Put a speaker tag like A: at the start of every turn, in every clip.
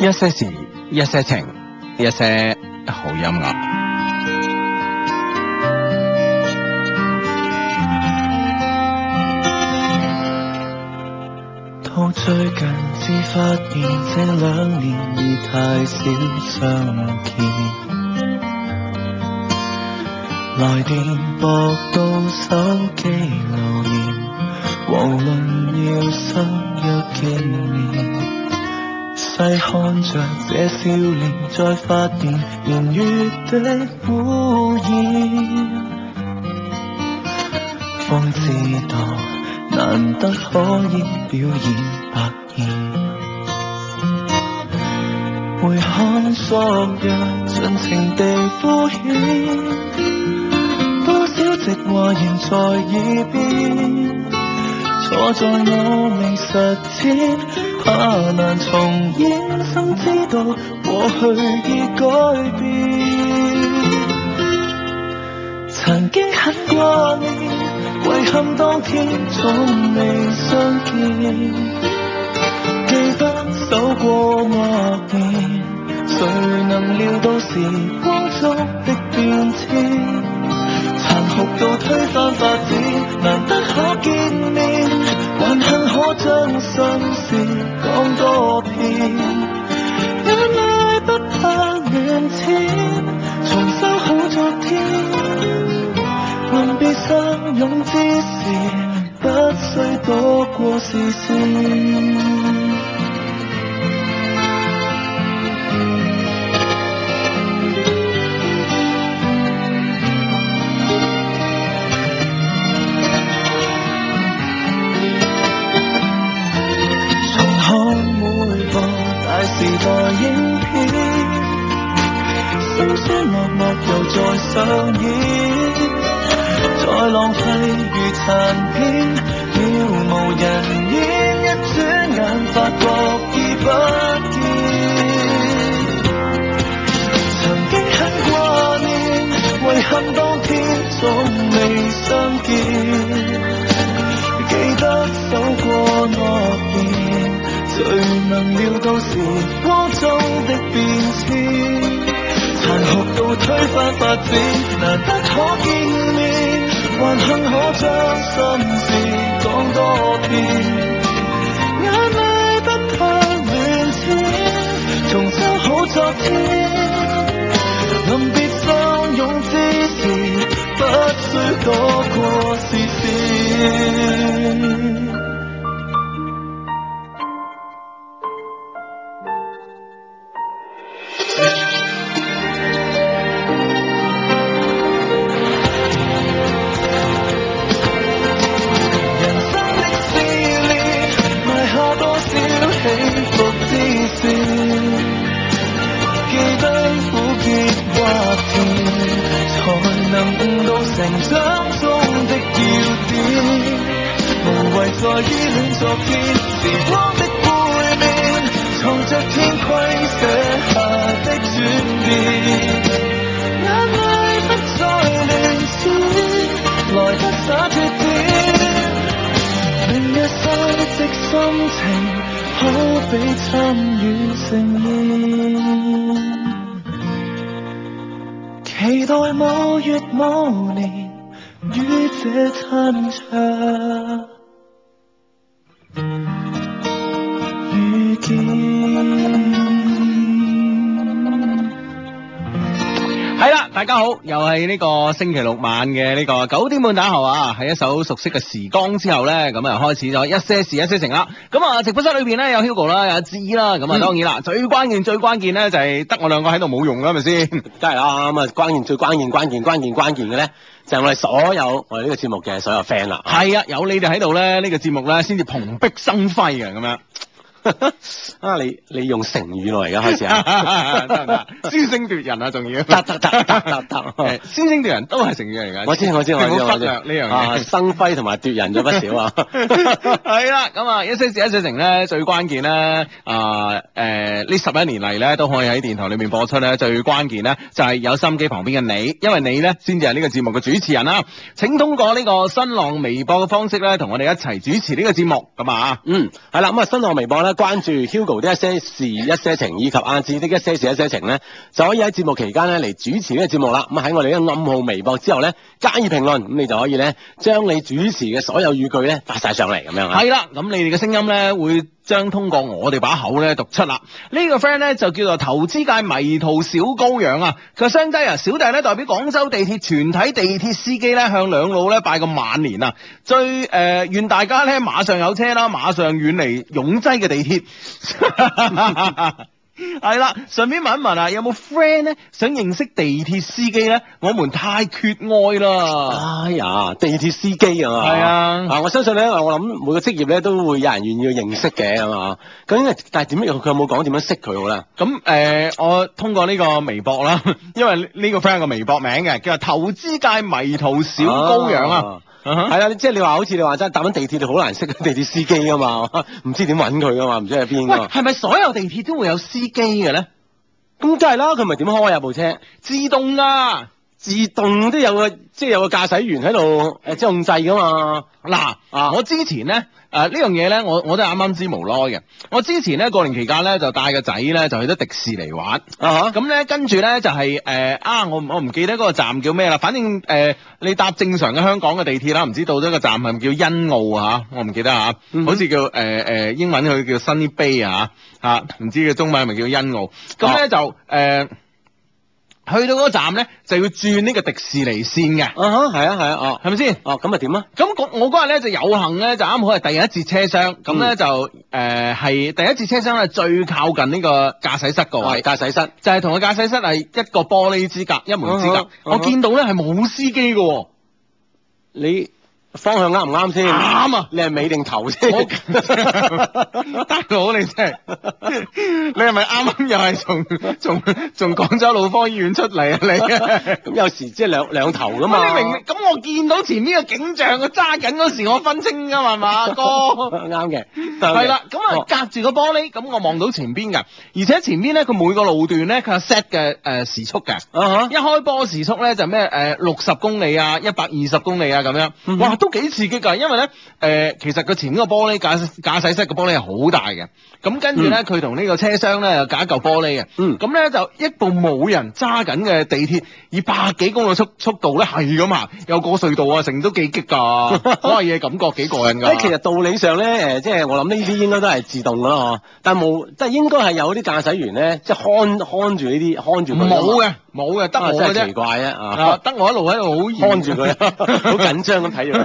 A: 一些事，一些情，一些好音樂。
B: 到最近至發現，這兩年已太少相見。來電駁到手機留言，遑論要相約見面。細看着這笑臉，再發現言語的污染。方知道。難得可以表演百厭，回看昨日盡情地敷衍，多少直話言在耳邊，錯在我未實踐，怕難重演，心知道過去已改變，曾經很掛念。遺憾當天總未相見，記得守過諾言，誰能料到時光中的變遷，殘酷到推翻發展，難得可見面，還幸可將心事講多遍，眼淚不怕亂濺，重修好昨天。臨別相擁之時，不需躲過視線。重看每部大時代影片，辛酸落寞又再上演。再浪費如殘片，渺無人煙，一轉眼發覺已不見。曾經很掛念，遺憾當天總未相見。記得守過諾言，誰能料到時光中的變遷，殘酷到推翻發展，難得可見面。還幸可將心事講多遍，眼淚不怕亂濺，重修好昨天。臨別相擁之時，不需躲過視線。
A: 呢個星期六晚嘅呢個九點半打後啊，喺一首熟悉嘅時光之後咧，咁啊開始咗一些事一些情啦。咁啊直播室裏邊咧有 Hugo 啦，有志啦，
C: 嗯
A: 咁啊當然啦，最關鍵最關鍵咧就係得我兩個喺度冇用啦，係咪先？
C: 梗係啦，咁啊關鍵最關鍵關鍵關鍵關鍵嘅咧。就係我哋所有我哋呢個節目嘅所有 friend 啦。
A: 係啊，有你哋喺度咧，呢個節目咧先至蓬蓽生輝嘅咁 樣。
C: 啊！你你用成語咯，而家開始啊，
A: 得唔得？先聲奪人啊，仲要
C: 得得得得得得，
A: 先聲奪人都係成語嚟㗎。
C: 我知我知我知我知啊
A: 呢樣嘢，
C: 生輝同埋奪人咗不少啊。
A: 係啦，咁啊，一些事一些情咧，最關鍵咧啊誒，呢十一年嚟咧都可以喺電台裏面播出咧，最關鍵咧就係有心機旁邊嘅你，因為你咧先至係呢個節目嘅主持人啦。請通過呢個新浪微博嘅方式咧，同我哋一齊主持呢個節目咁啊。
C: 嗯，係啦，咁啊，新浪微博咧。關注 Hugo 的一些事一些情，以及阿志的一些事一些情咧，就可以喺節目期間咧嚟主持呢個節目啦。咁喺我哋嘅暗號微博之後咧，加以評論，咁你就可以咧將你主持嘅所有語句咧發晒上嚟咁樣啊。
A: 係啦，咁你哋嘅聲音咧會將通過我哋把口咧讀出啦。呢、個 friend 咧就叫做投資界迷途小羔羊啊！佢話相低啊，小弟咧代表廣州地鐵全體地鐵司機咧向兩老咧拜個晚年啊！最誒、呃、願大家咧馬上有車啦，馬上遠離擁擠嘅地 鐵。係啦，順便問一問啊，有冇 friend 咧想認識地鐵司機咧？我們太缺愛啦！
C: 哎呀，地鐵司機啊，
A: 啊係啊
C: 啊我相信咧，我諗每個職業咧都會有人願意去認識嘅，係嘛？究竟係但係點樣？佢有冇講點樣識佢好咧？
A: 咁誒、呃我通過呢個微博啦， 因為呢個 friend 有個微博名嘅，叫做投資界迷途小羔羊啊。啊哈
C: 係啦，即係你話好似你話齋搭緊地鐵，你好難識地鐵司機噶嘛， 唔知點揾佢噶嘛，唔知喺邊
A: 喂，
C: 噶嘛。
A: 係咪所有地鐵都會有司機嘅咧？
C: 咁梗係啦，佢咪點開啊部車？
A: 自動啊！
C: 自動都有個即係有個駕駛員喺度誒，即係控制噶嘛。
A: 嗱，
C: 啊
A: 我之前咧，誒、呢樣嘢咧，我我都係啱啱知無耐嘅。我之前咧過年期間咧，就帶個仔咧就去咗迪士尼玩。
C: 啊嚇！
A: 咁咧，跟住咧就係、呃啊，我唔我唔記得嗰個站叫咩啦，反正誒、呃你搭正常嘅香港嘅地鐵啦，唔知到咗個站係咪叫欣澳啊？我唔記得啊，
C: 嗯哼
A: 好似叫誒誒、呃英文佢叫 Sunny Bay 啊嚇，唔知佢中文係咪叫欣澳？咁咧、
C: 哦
A: 就誒、呃去到嗰個站咧就要轉呢個迪士尼線嘅，
C: 啊嚇！係啊係啊哦
A: 係咪先？
C: 哦咁咪點啊？
A: 咁嗰我嗰日咧就有幸咧就啱好係第一節車廂，咁
C: 嗯
A: 咧、就呃誒係、第一節車廂咧最靠近呢個駕駛室個
C: 啊
A: 位。
C: 駕駛室。
A: 就係同個駕駛室係一個玻璃之隔，一門之隔。
C: 嗯哼
A: 我見到咧係冇司機嘅喎，
C: 你方向啱唔啱先？
A: 啱啊
C: 你係尾定頭 先？
A: 我大佬你真係，你係咪啱啱又係從從從廣州腦科醫院出嚟啊你？
C: 咁有時即係兩兩頭噶嘛。
A: 咁你明唔明？咁我見到前面嘅景象，我揸緊嗰時我分清㗎嘛，係嘛哥？
C: 哦啱嘅，
A: 係啦，咁啊
C: 哦
A: 隔住個玻璃，咁我望到前邊㗎，而且前邊咧佢每個路段咧佢有 set 嘅誒時速㗎。
C: 啊
A: 一開波時速咧就咩誒六十公里啊，一百二十公里啊咁樣，
C: 嗯哼
A: 哇都幾刺激㗎，因為咧誒、呃其實佢前面個玻璃駕駛駕駛室個玻璃係好大嘅，咁跟住咧佢同呢個車廂咧又隔一嚿玻璃嘅，
C: 嗯
A: 咁咧就一部冇人揸緊嘅地鐵以百幾公里速速度咧係咁行，又過隧道啊，成都幾激 㗎，嗰下嘢感覺幾過癮
C: 嚇！誒，
A: 㗎。
C: 其實道理上咧，誒，即係我諗呢啲應該都係自動噶啦，嗬。但冇，即係應該係有啲駕駛員咧，即係看看住呢啲，看住佢㗎嘛。
A: 冇嘅冇嘅，得
C: 啊
A: 我嘅
C: 真係奇
A: 啫，
C: 怪
A: 啊
C: 啊！
A: 得我一路喺度好嚴
C: 看 住佢，啊好緊張咁睇住佢。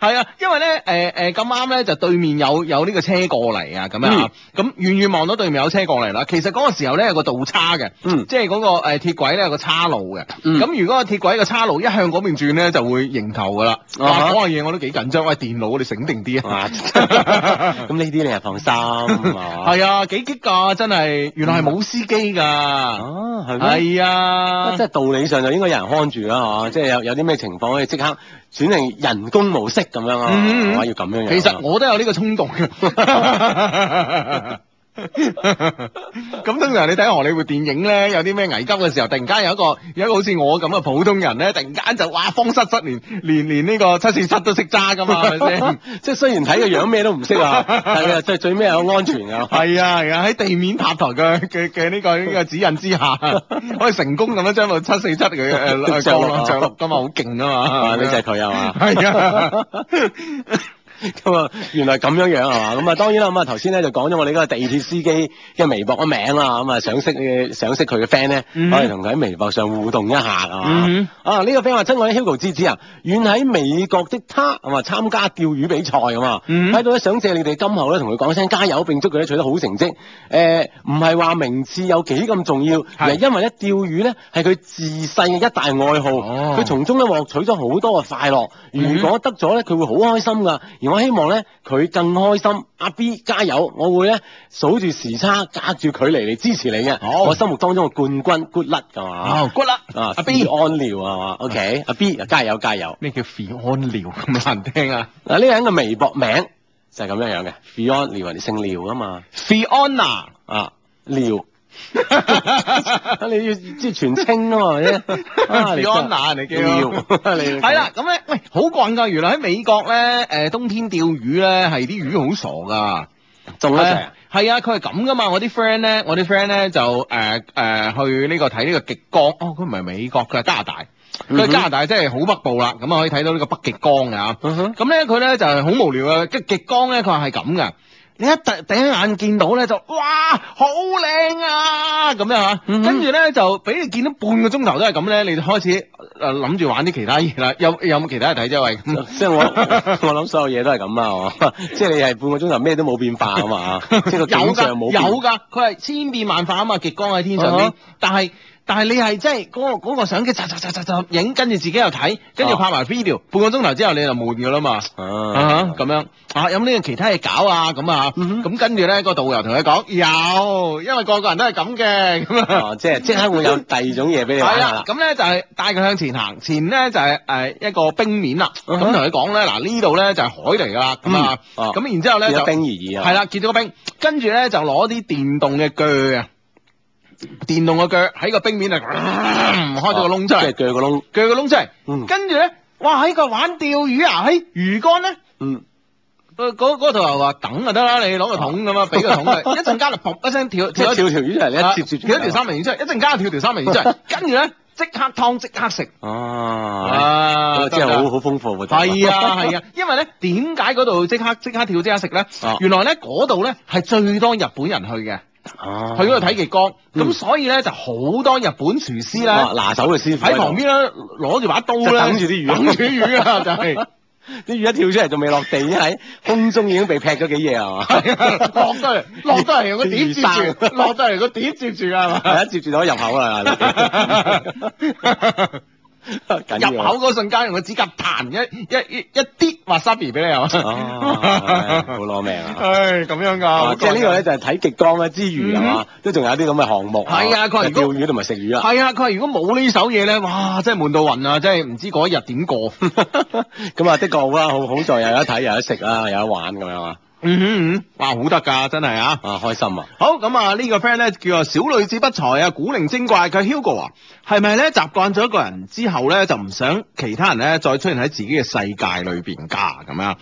A: 係啊，因為咧，誒誒咁啱咧，就對面有有呢個車過嚟啊，咁樣啊，咁遠遠望到對面有車過嚟啦。其實嗰個時候咧有個倒叉嘅，
C: 嗯
A: 即係嗰個誒鐵軌咧有個叉路嘅。
C: 嗯
A: 咁如果個鐵軌個叉路一向嗰邊轉咧，就會迎頭噶啦。
C: 啊
A: 哇，
C: 哈
A: 嗰樣嘢我都幾緊張。喂，電腦你醒定啲啊！
C: 啊，咁呢啲你係放心啊。
A: 係啊，幾激㗎，真係，原來係冇司機
B: Ờ,
A: 㗎。
C: 啊，係咩？
A: 係
C: 啊
A: 啊
C: 即，係道理上就應該有人看住啦，
A: 嗯
C: 嚇！即係有有啲咩情況可以即刻轉成人工模式咁樣啊，
A: 嗯嗯嗯
C: 係嘛要咁樣樣啊。
A: 其實我都有呢個 衝動嘅。咁通常你睇荷里活電影咧，有啲咩危急嘅時候，突然間有一個有一個好似我咁嘅普通人咧，突然間就哇慌失失，連連連呢個七四七都識揸噶 嘛，係咪先？
C: 即係雖然睇個樣咩都唔識啊，
A: 嗯
C: 但係最最尾有安全㗎。
A: 係啊係啊，喺地面塔台嘅嘅嘅呢個呢、個指引 之下，可以成功咁樣降落七四七嘅誒降落着陸噶嘛，好勁 啊嘛！
C: 啊，呢就係佢啊嘛。
A: 係啊。
C: 咁啊，原來咁樣樣係嘛？咁啊，當然啦。咁啊，頭先咧就講咗我哋嗰個地鐵司機嘅微博嘅名啦。咁啊，想識嘅想識佢嘅 friend 咧，
A: 嗯
C: 可以同佢喺微博上互動一下啊。
A: 嗯
C: 啊，呢、個 friend 話：親愛的 Hugo 芝芝啊，遠喺美國的他咁啊，參加釣魚比賽咁啊，
A: 嗯
C: 喺度咧想借你哋今後咧同佢講聲加油，並祝佢咧取得好成績。誒、唔係話名次有幾咁重要，而係因為咧釣魚咧係佢自細嘅一大愛好，
A: 哦嗯
C: 佢、從中咧獲取咗好多嘅快樂。如果得咗咧，佢會好開心噶。而我希望咧，佢更開心。阿 B 加油！我會咧數住時差，隔住距離嚟支持你嘅。
A: 好
C: 我心目當中嘅冠軍 good luck 㗎嘛。
A: 哦，good luck，
C: 啊，
A: 阿
C: 阿
A: B
C: B 安聊啊嘛，OK，阿 B 加油加油。
A: 咩叫 Fion 聊咁難聽啊？
C: 嗱呢個人嘅微博名就係咁樣樣嘅，Beyond 啊聊人哋姓廖啊嘛，
A: Fiona
C: 啊廖 你要即係全稱啊嘛，或者啊你真
A: 安 娜人哋
C: 要
A: 叫，
C: 你
A: 係啦，咁咧，喂，好棍㗎！原來喺美國咧，誒冬天釣魚咧係啲魚好傻㗎。
C: 中一齊啊，
A: 係啊，佢係咁噶嘛。我啲 friend 咧，我啲 friend 咧就誒誒、呃呃去呢個睇呢個極光。哦，佢唔係美國，佢係加拿大。
C: 嗯
A: 佢係加拿大真係好北部啦，咁啊可以睇到呢個北極光㗎啊嚇。
C: 嗯哼
A: 咁咧佢咧就係好無聊啊，即係極光咧佢話係咁㗎。你一第第一眼見到咧就哇好靚啊咁樣嚇，
C: 嗯哼
A: 跟住咧就俾你見到半個鐘頭都係咁咧，你就開始誒諗住玩啲其他嘢啦。有有冇其他嘢睇啫？喂，咁
C: 即係我我諗所有嘢都係咁啊，係嘛 即係你係半個鐘頭咩都冇變化啊 嘛， 即係個景象冇變
A: 有㗎，佢係千變萬化啊嘛，極光喺天上邊
C: 啊哈
A: 但係但係你係真係嗰個嗰個相機，嚓嚓嚓嚓嚓影，跟住自己又睇，跟住
C: 啊
A: 拍埋 video，半個鐘頭之後你就悶㗎啦嘛。啊
C: 啊
A: 哈咁樣啊，有冇呢個其他嘢搞啊？咁啊，
C: 嗯哼
A: 咁跟住咧個導遊同佢講有，因為個個人都係咁嘅，咁啊。
C: 啊，即係即刻會有第二種嘢俾你玩
A: 係
C: 下
A: 啦
C: 啦，，
A: 咁咧就係帶佢向前行，前咧就係誒一個冰面啦。咁
C: 嗯
A: 同
C: 哼
A: 佢講咧，嗱呢度咧就係海嚟㗎啦，咁啊，
C: 嗯啊
A: 咁然之後咧
C: 變
A: 就
C: 咗冰而已啊，
A: 係啦，結咗個冰，跟住咧就攞啲電動嘅鋸啊，電動嘅鋸喺個冰面度開咗個窿出
C: 嗯啊哦即係鋸
A: 嚟，
C: 個窿，
A: 鋸個窿出嚟，
C: 嗯
A: 跟住咧，哇喺個玩釣魚啊，喺魚竿咧。
C: 嗯，
A: 嗰嗰嗰度又話等就得啦，你攞個桶咁啊，俾個桶佢， 一陣間就噗一聲跳
C: 即係
A: 跳
C: 哦跳條魚出嚟，
A: 啊
C: 你一接接
A: 跳一條三文魚出嚟，一陣間跳條三文魚 出嚟，跟住咧即刻湯即刻食，
C: 啊，
A: 啊
C: 咁真係好好豐富活動，
A: 係啊係啊，因為咧點解嗰度即刻即刻跳即刻食咧
C: 啊？
A: 原來咧嗰度咧係最多日本人去嘅，
C: 啊，
A: 去嗰度睇極光，咁
C: 嗯
A: 所以咧就好多日本廚師咧
C: 啊拿手嘅師傅
A: 喺
C: 度
A: 旁邊咧攞住把刀咧
C: 就等住啲魚
A: 等住啲魚啊就係。
C: 啲魚一跳出嚟仲未落地，已經喺空中已經被劈咗幾嘢啊係嘛？
A: 落得嚟，落得嚟個碟 接
C: 魚
A: 住，落得嚟個碟接住啊 係嘛？
C: 係一接住就可以入口 啦，緊
A: 入
C: 要
A: 口
C: 啊。
A: 嗰瞬間用個指甲彈一一一一啲 wasabi 俾你係
C: 哦，唉好
A: 嘛？
C: 攞命 啊！
A: 唉，咁樣
C: 啊
A: 㗎，
C: 即係呢個咧就係睇極光咧之餘係
A: 嗯
C: 嘛，都仲有啲咁嘅項目
A: 係啊佢話
C: 即係
A: 如果
C: 釣魚同埋食魚啊，
A: 係啊！佢話如果冇呢首嘢咧，哇！真係悶到暈啊！真係唔知嗰一日 點過。
C: 咁啊的確好啦，好好在又有得睇又有得食啦，有得玩咁樣啊，
A: 嗯哼嗯哼，哇！好得㗎，真係啊！
C: 啊開心啊！
A: 好咁啊！呢個 friend 咧叫做小女子不才啊，古靈精怪。佢 Hugo 啊，係咪咧習慣咗一個人之後咧，就唔想其他人咧再出現喺自己嘅世界裏邊㗎咁樣？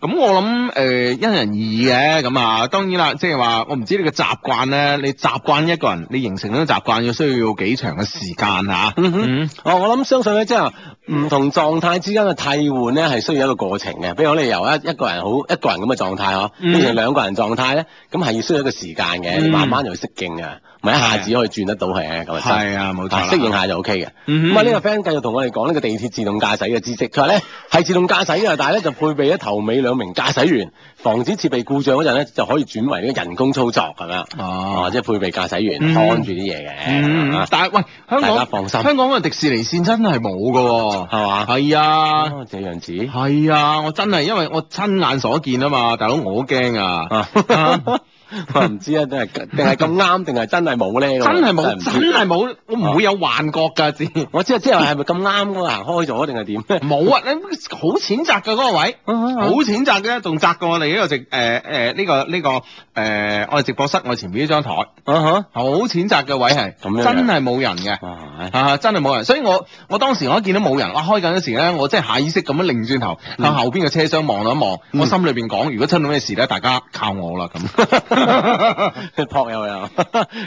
A: 咁我諗誒、呃因人而異嘅咁啊，當然啦，即係話我唔知你嘅習慣咧，你習慣一個人，你形成呢個習慣要需要幾長嘅時間啊？
C: 嗯哼，哦，我諗相信咧，即係唔同狀態之間嘅替換咧，係需要一個過程嘅。比如我哋由一一個人好一個人咁嘅狀態嗬，
A: 嗯
C: 變成兩個人狀態咧，咁係需要一個時間嘅，你
A: 嗯
C: 慢慢就會適應嘅，唔係一下子可以轉得到係咁
A: 係啊冇錯啦
C: 適應下就 O K 嘅。
A: 嗯哼
C: 咁啊，呢個 friend 繼續同我哋講呢個地鐵自動駕駛嘅知識，佢話咧係自動駕駛嘅，但係咧就配備咗頭尾兩名駕駛員，防止設備故障嗰陣咧就可以轉為呢個人工操作咁樣。
A: 哦
C: 哦，即係配備駕駛員
A: 嗯
C: 看住啲嘢
A: 嗯
C: 嘅，，
A: 但係喂，香
C: 啊大家
A: 港
C: 放心
A: 香港嘅迪士尼線真係冇㗎喎，
C: 係嘛？
A: 係啊。
C: 啊，這樣子
A: 係啊，我真係因為我親眼所見啊嘛，大佬我驚 啊，
C: 啊，我唔知啊，定係定係咁啱，定係真係冇咧？
A: 真
C: 咁啊
A: 係冇，
C: 唔
A: 真
C: 知
A: 係冇，我唔會有幻覺㗎，知
C: 我知啊，即係係咪咁啱嗰個行開咗定係點 咧？
A: 冇啊，你好淺窄㗎嗰個位。
C: 啊
A: 好
C: 好
A: 淺窄嘅，仲窄過我哋呢個直誒誒呢個呢、個誒、呃我哋直播室我前面呢張台，
C: 啊
A: 好淺窄嘅位係，
C: 咁樣嘅嗯
A: 真係冇人嘅
C: 嚇，，哇！
A: 啊真係冇人，所以我我當時我一見到冇人，啊哇開緊嗰時咧，我真係下意識咁樣擰轉頭
C: 嗯
A: 向後邊嘅車廂望咗一望，我心裏邊講，如果出到咩事咧，大家靠我啦咁。
C: 撲又 有，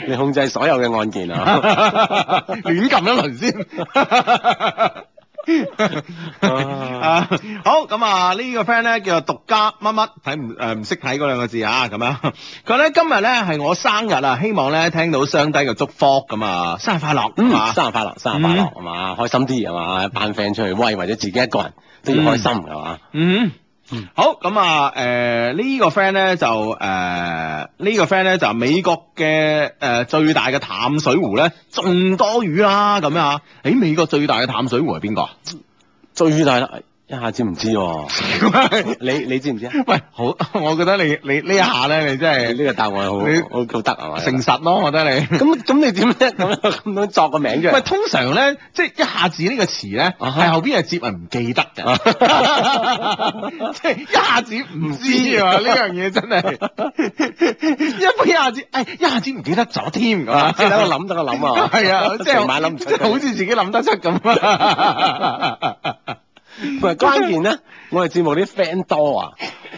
C: 你控制所有嘅按鍵啊！
A: 亂撳一輪先。
C: 嗯
A: 啊，好咁啊！呢、個 friend 咧叫做獨家乜乜，睇唔呃誒唔識睇嗰兩個字啊，咁樣。佢咧今日咧係我生日啊，希望咧聽到雙低嘅祝福咁啊，生日快樂
C: 嗯
A: 咁啊！
C: 生日快樂，生日快樂，
A: 嗯
C: 係嘛？開心啲係嘛？班 friend 出去威，或者自己一個人都要開心係嘛？
A: 嗯
C: 嗯。
A: 好咁啊，誒、呢、個 friend 咧就誒呢、個 friend 咧就美國嘅誒、呃最大嘅淡水湖咧，仲多魚啦咁樣啊！誒美國最大嘅淡水湖係邊個啊？
C: 最大啦，哎一下子唔知喎，你你知唔知啊？
A: 喂，好，我覺得你你呢一下咧，你真
C: 你
A: 係
C: 呢個答案好好好
A: 你
C: 好得啊係嘛？
A: 誠實咯，我覺得你。
C: 咁咁你點咧？咁樣咁樣作個名出
A: 喂，
C: 嚟？
A: 通常咧，即係一下子呢個詞咧，
C: 啊哈
A: 係後邊係接係唔記得嘅， 即係一下子唔知啊！呢樣嘢真係，一般一下子，哎，一下子唔記得咗添咁啊！
C: 即係等我諗，等我諗啊！
A: 係啊，即
C: 成晚諗
A: 係
C: 唔出
A: 即係好似自己諗得出咁啊！
C: 喂，關鍵咧，我哋節目啲 friend 多啊，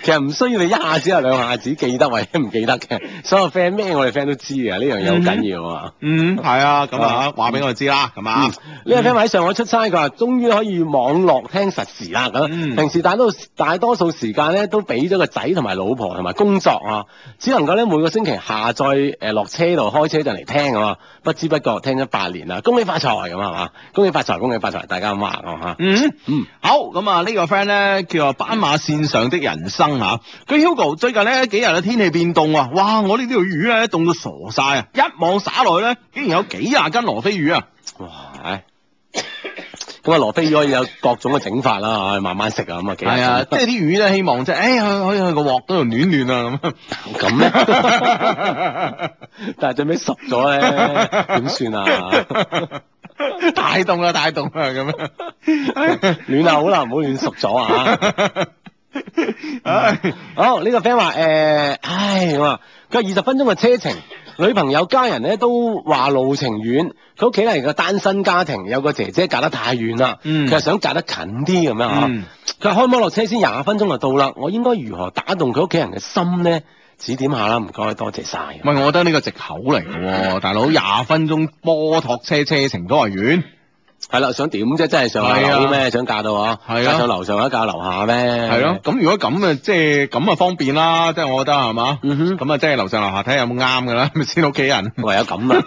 C: 其實唔需要你一下子有兩下子記得或者唔記得嘅，所有 friend 咩我哋 friend 都知嘅，呢樣嘢好緊要啊！
A: 嗯，係啊，咁啊，話俾我知啦，咁啊
C: 嗯，呢個 friend 話喺上海出差，佢話終於可以網絡聽實時啦啊咁。
A: 嗯
C: 平時大多大多數時間咧都俾咗個仔同埋老婆同埋工作啊，只能夠咧每個星期下載誒落車度開車就嚟聽啊嘛。不知不覺聽咗八年啦，恭喜發財咁啊係嘛？恭喜發財，恭喜發財，大家咁話咁嚇。
A: 嗯。
C: 嗯，
A: 好咁啊！呢個 friend 咧叫做斑馬線上的人生啊。佢 Hugo 最近呢幾日嘅天氣變凍啊，哇！我呢條魚咧凍到傻晒啊！一網撒落去咧，竟然有幾廿斤羅非魚啊！
C: 哇！唉咁啊，羅非魚可以有各種嘅整法啦，唉慢慢食啊，咁啊幾
A: 係啊，即
C: 即
A: 係啲魚咧希望即係，哎呀，可以去個鑊嗰度暖暖啊 咁。
C: 咁咧，但係最尾熟咗咧， 點算啊？
A: 太凍啦，太凍啦啊咁樣。
C: 暖下好啦，唔好暖熟咗啊！ 嗯
A: 唉
C: 好，呢、個 friend 話誒，唉咁啊，佢話二十分鐘嘅車程，女朋友家人咧都話路程遠，佢屋企咧係個單身家庭，有個姐姐隔得太遠啦，
A: 嗯
C: 佢係想隔得近啲咁樣嚇。
A: 嗯
C: 佢話開摩落車先廿分鐘就到啦，我應該如何打動佢屋企人嘅心咧？指點下啦，唔該，多謝晒。
A: 喂，我覺得呢個藉口嚟嘅喎，大佬廿分鐘波托車車程都係遠。
C: 係啦，想點啫？真係上下
A: 係啊
C: 樓咩？想嫁到啊？
A: 係啊
C: 嫁上樓上一嫁樓下咩？
A: 係
C: 係
A: 咯，，咁如果咁啊，即係咁啊方便啦，即係我覺得係嘛，
C: 嗯哼
A: 咁啊即係樓上樓下睇下有冇啱㗎啦，咪先屋企人。
C: 唯有咁啦，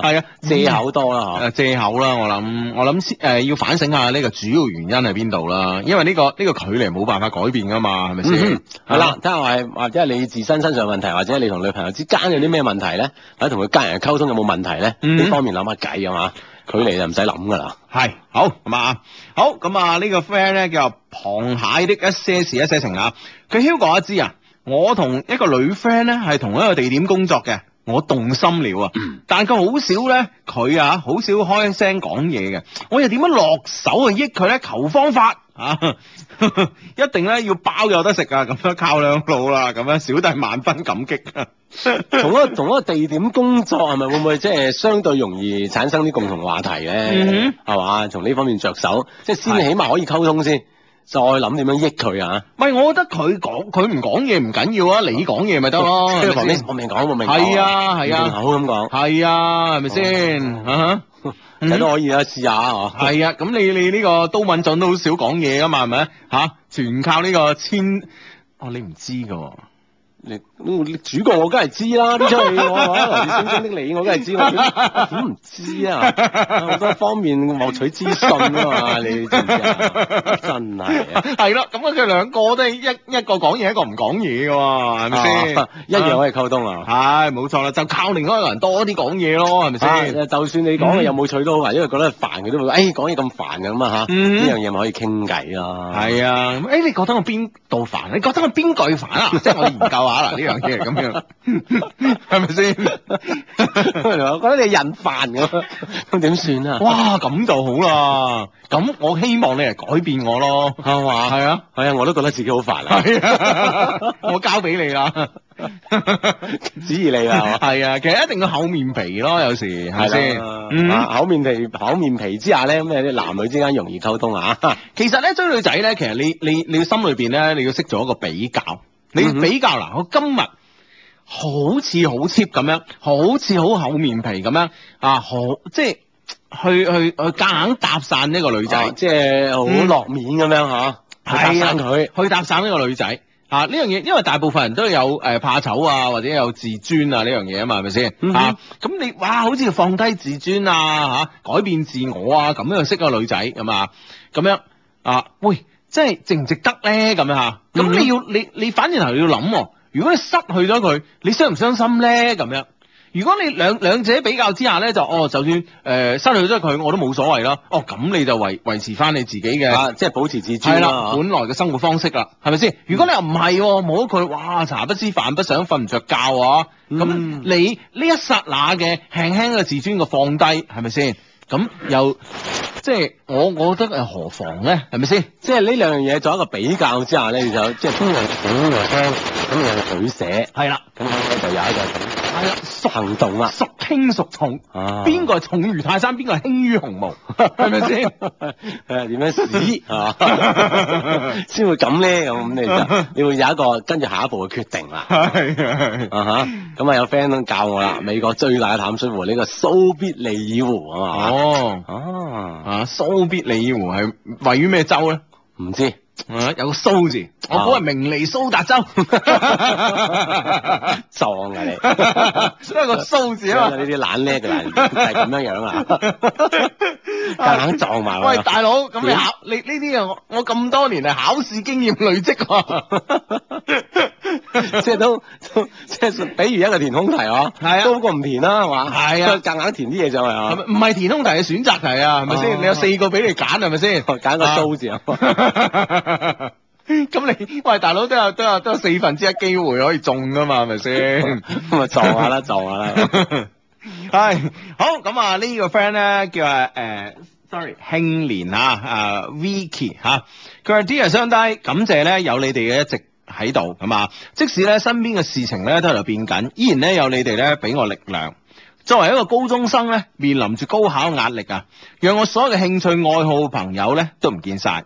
A: 係啊，嗯
C: 借口多啦嗬。
A: 誒呃借口啦，我諗我諗先誒要反省下呢個主要原因係邊度啦，因為呢個呢個距離冇辦法改變㗎嘛，係咪先
C: 嗯？係
A: 啊
C: 啦，睇下話係或者係你自身身上問題，或者係你同女朋友之間有啲咩問題咧，或者同佢家人嘅溝通有冇問題咧？
A: 嗯
C: 呢方面諗下計啊嘛，距離就唔使諗噶 啦。
A: 係好咁啊，好咁啊呢個 friend 咧叫做螃蟹的一些事一些情啊，佢 Hugo 阿知啊，我同一個女 friend 咧係同一個地點工作嘅。我動心了啊，但佢好少咧，佢啊好少開聲講嘢嘅，我又點樣落手啊去益佢咧？求方法啊， 一定咧要包有得食啊，咁樣靠兩老啦，咁樣小弟萬分感激 啊。
C: 同一個同一個地點工作係咪會唔會即係相對容易產生啲共同話題咧
A: 嗯？
C: 係嘛，從呢方面着手，即係
A: 係
C: 先起碼可以溝通先，再諗點樣益佢啊。
A: 唔係，我覺得佢講佢唔講嘢唔緊要啊，你講嘢咪得 咯。
C: 即係
A: 係
C: 旁
A: 咪先
C: 邊我明講，我明講。
A: 係啊係
C: 唔
A: 啊
C: 定口咁講，
A: 係啊，係咪
C: 哦
A: 先？啊 哈
C: 睇都可以啊，試下啊。嗬
A: 係啊，咁你你呢個都敏俊都好少講嘢啊噶嘛，係咪吓？全靠呢個千哦，你唔知 噶喎。
C: 你你主角我梗係知啦，呢出戲我啊，《星星的你》我梗係知，我 點點唔知啊？好多方面獲取資訊啊嘛，你知唔知啊？真係啊！
A: 係咯，咁佢兩個都係一一個講嘢，一個唔講嘢噶喎，係咪先？
C: 啊 一樣可以溝通啊！
A: 係冇錯啦，就靠另外一個人多啲講嘢咯，係咪
C: 啊
A: 先？
C: 就算你
A: 嗯
C: 講嘅有冇趣都好，因為覺得煩佢都會，誒講嘢咁煩嘅咁啊嚇，
A: 嗯
C: 呢樣嘢咪可以傾偈咯。
A: 係啊，咁誒，你覺得我邊度煩？你覺得我邊句煩啊？即係我哋研究下啦，呢樣嘢咁 樣，係咪先？
C: 我覺得你人煩咁， 咁點算啊？
A: 哇，咁就好啦。咁我希望你嚟改變我咯，
C: 係嘛？
A: 係 啊，
C: 係啊，我都覺得自己好煩 啊，
A: 係啊，我交俾你啦。
C: 指意你啦，係嘛？
A: 係啊，其實一定要厚面皮咯，有時 係咪
C: 係
A: 先？嗯
C: 啦，啊厚面皮厚面皮之下咧，咁誒男女之間容易溝通啊，
A: 其實咧追女仔咧，其實你你你心裏邊咧，你要識做一個比較，你
C: 嗯哼
A: 比較嗱，我今日。好似好 cheap 咁樣，好似好厚面皮咁樣啊！好即係去去去夾硬搭訕呢個女仔，
C: 啊即係好
A: 嗯
C: 落面咁樣嚇，去搭
A: 係啊
C: 訕佢，
A: 去搭訕呢個女仔啊！呢樣嘢，因為大部分人都有誒、呃怕醜啊，或者有自尊啊呢樣嘢啊嘛，係咪先
C: 嗯哼
A: 啊？咁你哇，好似放低自尊啊嚇、改變自我啊，咁樣識個女仔咁啊，咁樣啊，喂，即係值唔值得咧？咁樣嚇，
C: 嗯
A: 咁
C: 哼
A: 你要你你反而頭要諗喎、如果你失去咗佢，你傷唔傷心咧？咁樣。如果你兩兩者比較之下咧，就哦，就算誒、呃失去咗佢，我都冇所謂啦。哦，咁你就維維持翻你自己嘅。
C: 啊，即係保持自
A: 係
C: 尊
A: 啦，啊嗯
C: 啦。
A: 本來嘅生活方式啦，係咪先？如果你又唔係喎，冇咗佢，哇，茶不思飯不想，瞓唔着覺啊！咁、
C: 嗯
A: 你呢一剎那嘅輕輕嘅自尊嘅放低，係咪先？咁又即係我，我覺得誒何妨咧，係咪先？
C: 即係呢兩樣嘢做一個比較之下咧，你就即係咁樣咁樣咁樣嘅取捨，
A: 係啦，
C: 咁樣咧就有
A: 係啊啦，
C: 一個行動啦。
A: 孰輕孰重？
C: 啊
A: 邊個係重如泰山，邊個係輕於鴻毛？係咪先？
C: 誒點樣屎啊？先會咁咧咁，你就你會有一個跟住下一步嘅決定啦。
A: 係
C: 啊哈！咁啊有 friend 教我啦，美國最大嘅淡水湖呢個蘇必利爾湖啊嘛。
A: 哦，
C: 哦，
A: 啊，蘇必里湖係位於咩州咧？
C: 唔知
A: 啊有個蘇字，我估係明尼蘇達 州，
C: 撞啊
A: 因
C: 你！
A: 為個蘇字啊
C: 呢
A: 嘛。
C: 啲懶叻嘅人就係咁樣樣 啊，夾硬撞埋我。
A: 喂，大佬，咁你
C: 點
A: 考你呢啲啊，我我咁多年係考試經驗累啊積喎。
C: 即係都都即係，比如一個填空題哦，
A: 係啊
C: 都好過唔填啦，係嘛？
A: 係啊
C: 夾硬填啲嘢上嚟
A: 係
C: 啊，
A: 咪唔係填空題係選擇題啊，係咪
C: 哦
A: 先？你有四個俾你揀，係 咪先？
C: 揀個蘇字啊。
A: 啊。咁你喂大佬都有都有都有四分之一機會可以中噶嘛，係咪先？
C: 咁啊撞下啦，撞下啦。
A: 係好咁啊！呢個 friend 咧叫啊誒，sorry，慶年啊啊 Vicky 嚇，佢話 Dear 相低，感謝咧有你哋嘅一直。喺度咁啊！即使咧身邊嘅事情咧都喺度變緊，依然咧有你哋咧俾我力量。作為一個高中生咧，面臨住高考壓力啊，讓我所有嘅興趣愛好朋友咧都唔見晒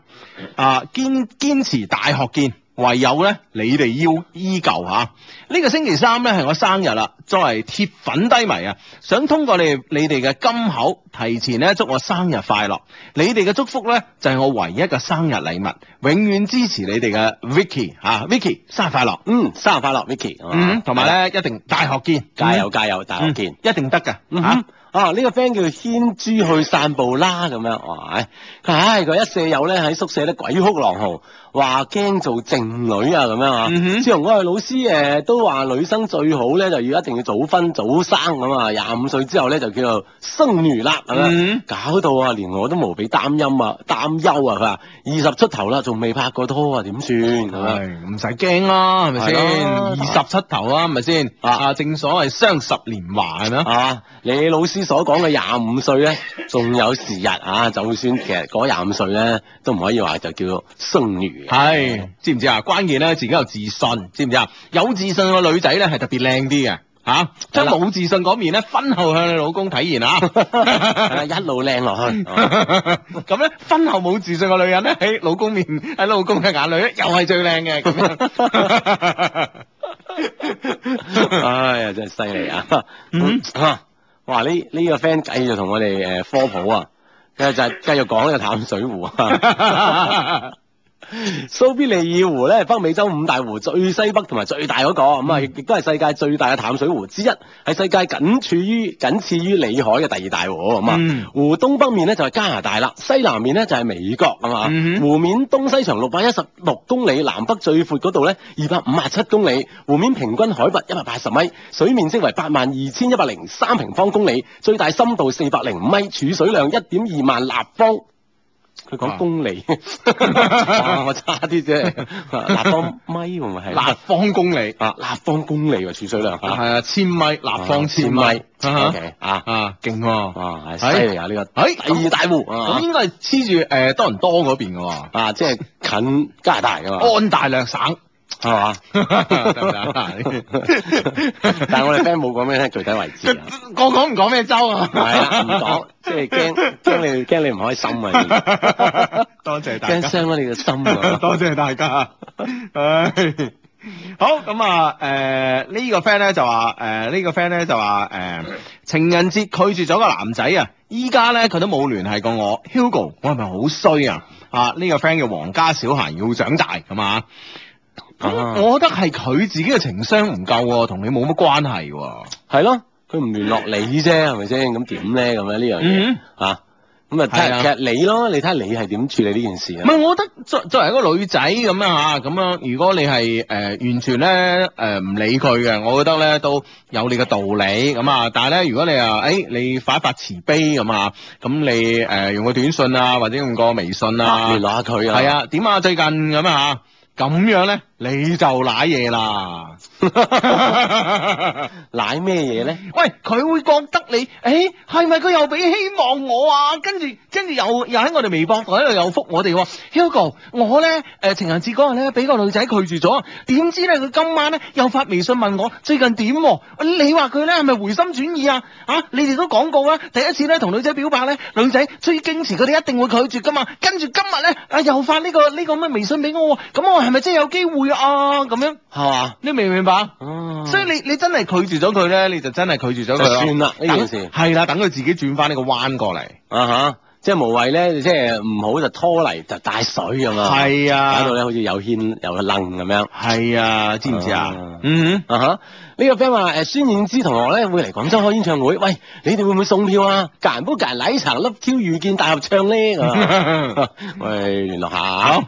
A: 啊！堅堅持大學見，唯有咧你哋要依舊嚇。呢、個星期三咧係我生日啦，作為鐵粉低迷啊，想通過你哋你哋嘅金口提前咧祝我生日快樂。你哋嘅祝福咧就係、我唯一嘅生日禮物，永遠支持你哋嘅 Vicky 嚇、啊、Vicky 生日快樂。
C: 嗯，生日快樂，Vicky。係嘛
A: 嗯，同埋咧一定大學見，
C: 加油加油，大學
A: 嗯
C: 見。
A: 一定得㗎
C: 嗯
A: 嚇
C: 哼。啊！呢、個 friend 叫軒珠去散步啦，咁樣，哇！唉佢唉佢一舍友咧喺宿舍咧鬼哭狼嚎，話驚做剩女啊咁樣啊。
A: 嗯哼
C: 自從我係老師誒、都話女生最好咧就要一定要早婚早生咁啊，廿五歲之後咧就叫做生女啦咁樣，
A: 嗯
C: 搞到啊連我都無比擔憂啊擔憂啊！佢話二十出頭啦，仲未拍過拖啊，點算咁樣？
A: 係唔使驚啦，係咪先？
C: 係咯
A: 二十出頭啦，係咪先？
C: 啊
A: 啊，正所謂雙十年華係咪啊？
C: 啊！你老師所講嘅廿五歲咧，仲有時日啊！就算其實嗰廿五歲咧，都唔可以話就叫做生 女嘅。
A: 係，知唔知啊？關鍵咧，自己有自信，知唔知啊？有自信嘅女仔咧，係特別靚啲嘅。吓，將
C: 係啦
A: 冇自信嗰面咧，婚後向你老公體現啊！
C: 係啦，一路靚落去。啊
A: 咁咧，婚後冇自信嘅女人咧，喺老公面喺老公嘅眼裏咧，又係最靚嘅。咁樣
C: 哎呀，真係犀利啊！
A: 嗯
C: 啊哇！呢呢個 friend 繼續同我哋誒科普啊，佢就係繼續講呢個淡水湖啊。蘇必利爾湖咧，北美洲五大湖最西北同埋最大嗰、個，咁
A: 嗯
C: 啊，亦都係世界最大嘅淡水湖之一，係世界僅處於僅次於里海嘅第二大湖咁啊。
A: 嗯
C: 湖東北面咧就係加拿大啦，西南面咧就係美國啊嘛。
A: 嗯哼
C: 湖面東西長六百一十六公里，南北最闊嗰度咧二百五十七公里，湖面平均海拔一百八十米，水面積為八萬二千一百零三平方公里，最大深度四百零五米，儲水量一點二萬立方。佢講公里，哇我差啲啫，立方米會唔會係？
A: 立方公里。
C: 啊，立方公里喎，儲水量
A: 係
C: 嚇，
A: 啊，千米立方千米啊
C: OK 啊，
A: 啊，勁喎！
C: 哇，係犀利啊呢個
A: 哎
C: 第二大湖啊
A: 咁。應該係黐住誒多倫多嗰邊嘅喎，
C: 啊，即係近加拿大噶嘛，
A: 安大略省
C: 係嘛？
A: 得唔得 啊？
C: 但係我哋 friend 冇講咩聽具體位置啊，
A: 我講唔講咩州啊？
C: 係啦，唔講，即係驚驚你驚你唔開心啊，
A: 多謝大
C: 驚
A: 家，
C: 傷咗你嘅心啊。
A: 多謝大家。唉好咁啊，誒、呢、個 friend 咧就話，誒、呢、個 friend 咧就話，誒、情人節拒絕咗個男仔啊，依家咧佢都冇聯繫過我，Hugo，我係咪好衰啊？啊，呢、個 friend 叫皇家小孩要長大咁啊，咁
C: 啊
A: 我覺得係佢自己嘅情商唔夠喎，同你冇乜關係喎。
C: 係咯，佢唔聯絡你啫，係咪先？咁點咧咁樣呢樣嘢
A: 嗯
C: 啊？咁啊，睇
A: 係
C: 下
A: 啊
C: 其實你咯，你睇下你係點處理呢件事
A: 唔
C: 啊？
A: 係，我覺得作作為一個女仔咁樣嚇，咁樣如果你係誒、呃完全咧誒唔理佢嘅，我覺得咧都有你嘅道理咁啊。但係咧，如果你啊誒、你發一發慈悲咁啊，咁你誒、呃用個短信啊，或者用個微信
C: 啊
A: 啊
C: 聯，絡下佢啊，
A: 係，啊，點啊最近咁啊嚇，咁樣咧你就賴嘢啦。
C: 奶咩嘢咧？
A: 喂，佢會覺得你，誒係咪佢又俾希望我啊？跟住跟住又又喺我哋微博度喺度又覆我哋喎，Hugo，我咧誒、情人節嗰日咧俾個女仔拒絕咗，點知咧佢今晚咧又發微信問我最近點喎、你話佢咧係咪回心轉意啊？啊，你哋都講過啦，第一次咧同女仔表白咧，女仔最矜持，佢哋一定會拒絕噶嘛。跟住今日咧啊又發呢、個呢、個咁嘅微信俾我喎，咁我係咪真係有機會啊？咁樣
C: 係嘛？
A: 你明唔明白？
C: 哦
A: 所以你你真係拒絕咗佢咧，你就真係嗯拒絕咗佢
C: 就
A: 咯
C: 算啦呢件事
A: 等係啦，等佢自己轉翻呢個彎過嚟。
C: 啊哈，即係無謂咧，即係唔好就拖泥就帶水咁啊，
A: 係
C: 搞到
A: 啊，
C: 咧好似有牽有楞咁樣。
A: 係啊，知唔知啊
C: 啊？
A: 嗯
C: 啊哈！呢、個 friend 呃話誒孫燕姿同學咧會嚟廣州開演唱會，喂，你哋會唔會送票啊？隔人煲隔人奶茶，粒挑遇見大合唱咧咁啊！
A: 哼， 係
C: 喂，聯絡下，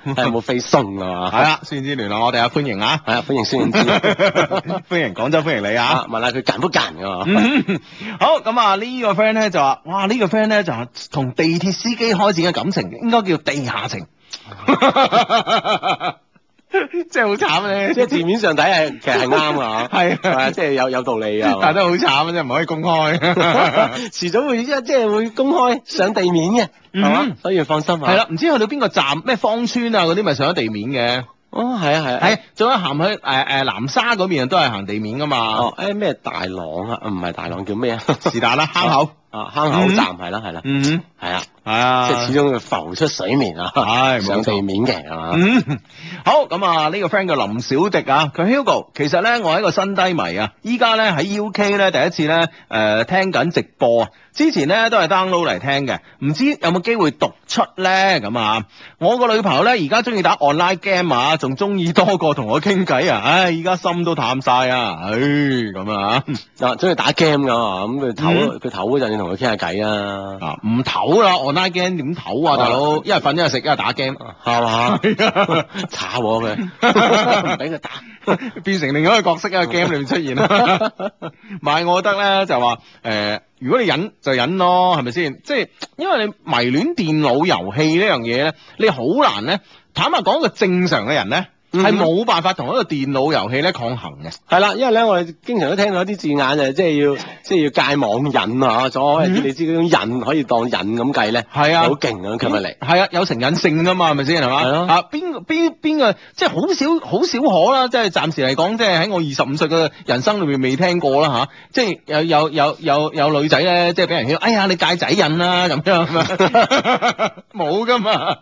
C: 睇下有冇飛送啊？係，
A: 啦，孫之聯絡我哋啊，歡迎啊
C: 啊，歡迎孫燕姿
A: 歡迎廣州，歡迎你啊
C: 啊！！問下佢夾唔啊夾㗎嘛？
A: 嗯好咁啊！呢個 friend 咧就話：，哇！呢個 friend 咧就話同地鐵司機開展嘅感情，應該叫地下情，真係好啊慘咧！
C: 即係字面上睇係其實係啱 啊，
A: 係啊
C: 係啊，即係有有道理 啊。
A: 但係都好慘啊，真係唔可以 公開。
C: 遲早會即係即係會公開上地面嘅，係嘛
A: 嗯？
C: 所以放心啊。
A: 係啦，，唔知去到邊個站，咩芳村啊嗰啲咪上咗地面
C: 哦，係啊，係
A: 嘅，
C: 啊，
A: 係仲有行去誒誒南沙嗰邊都係行地面噶嘛，
C: 哦，誒咩大朗啊？唔係大朗叫咩啊？
A: 啊是 但啦，坑口，
C: 啊，坑口
A: 嗯
C: 站係啦，係啦，
A: 嗯，
C: 係啊。
A: 係啊
C: 即係始終佢浮出水面啊，
A: 係冇
C: 上
A: 錯
C: 地面嘅係嘛？
A: 嗯， 好咁啊！呢、個 friend 叫林小迪啊，佢 Hugo，其實咧我係一個新低迷啊，依家咧喺 UK 咧第一次咧誒、呃、聽緊直播啊，之前咧都係 download 嚟聽嘅，唔知有冇機會讀出咧咁啊？我個女朋友咧而家中意打 online game 啊，仲中意多過同我傾偈啊，唉，而家心都淡晒啊，唉咁啊
C: 啊，中意打 game 噶嘛，咁佢
A: 嗯
C: 唞佢唞嗰陣，你同佢傾下偈啊，
A: 啊唔唞啦，online game 點唞啊，大佬，一係瞓一係食一係打 game，
C: 係嘛？炒我佢，唔俾佢打。
A: 變成另外一個角色喺個 game 裏面出現啦。唔係，我覺得咧就話誒、呃如果你忍就忍咯，係咪先？即係因為你迷戀電腦遊戲呢樣嘢咧，你好難咧。坦白講，一個正常嘅人咧係
C: 嗯
A: 冇辦法同一個電腦遊戲咧抗衡嘅。
C: 係啦，因為咧，我哋經常都聽到一啲字眼就係即係要即係要戒網癮啊，所謂
A: 嗯
C: 你知嗰種癮可以當癮咁計咧，
A: 係啊
C: 好勁咁吸引力。
A: 係啊，有成癮性噶嘛，係咪先係嘛？
C: 係咯
A: 啊，邊個邊邊個即係好少好少可啦，即係暫時嚟講，即係喺我二十五歲嘅人生裏面未聽過啦吓、即係有有有有有女仔咧，即係俾人叫，哎呀你戒仔癮啦咁樣， 冇噶嘛，